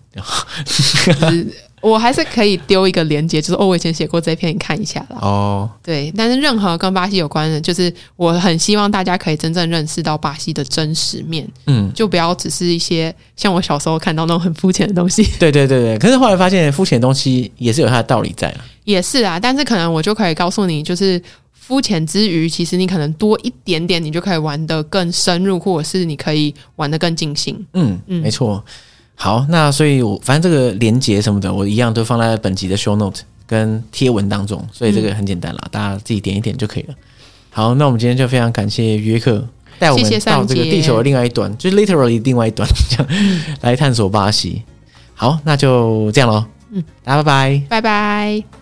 [SPEAKER 2] 我还是可以丢一个连接，就是哦，我以前写过这篇，你看一下啦。
[SPEAKER 1] 哦，
[SPEAKER 2] 对，但是任何跟巴西有关的，就是我很希望大家可以真正认识到巴西的真实面，
[SPEAKER 1] 嗯，
[SPEAKER 2] 就不要只是一些像我小时候看到那种很肤浅的东西。
[SPEAKER 1] 对对对对。可是后来发现，肤浅的东西也是有它的道理在啦
[SPEAKER 2] 也是啊，但是可能我就可以告诉你，就是肤浅之余，其实你可能多一点点，你就可以玩得更深入，或者是你可以玩得更尽兴。
[SPEAKER 1] 嗯，
[SPEAKER 2] 嗯
[SPEAKER 1] 没错。好，那所以我反正这个连接什么的，我一样都放在本集的 show note 跟贴文当中，所以
[SPEAKER 2] 嗯
[SPEAKER 1] 这个很简单啦，大家自己点一点就可以了。好，那我们今天就非常感谢约克带我
[SPEAKER 2] 谢谢
[SPEAKER 1] 们到
[SPEAKER 2] 尚
[SPEAKER 1] 这个
[SPEAKER 2] 杰
[SPEAKER 1] 地球的另外一端，就是 literally 另外一端， 这样来探索巴西。好，那就这样喽，
[SPEAKER 2] 嗯，
[SPEAKER 1] 大家拜拜。
[SPEAKER 2] 拜拜。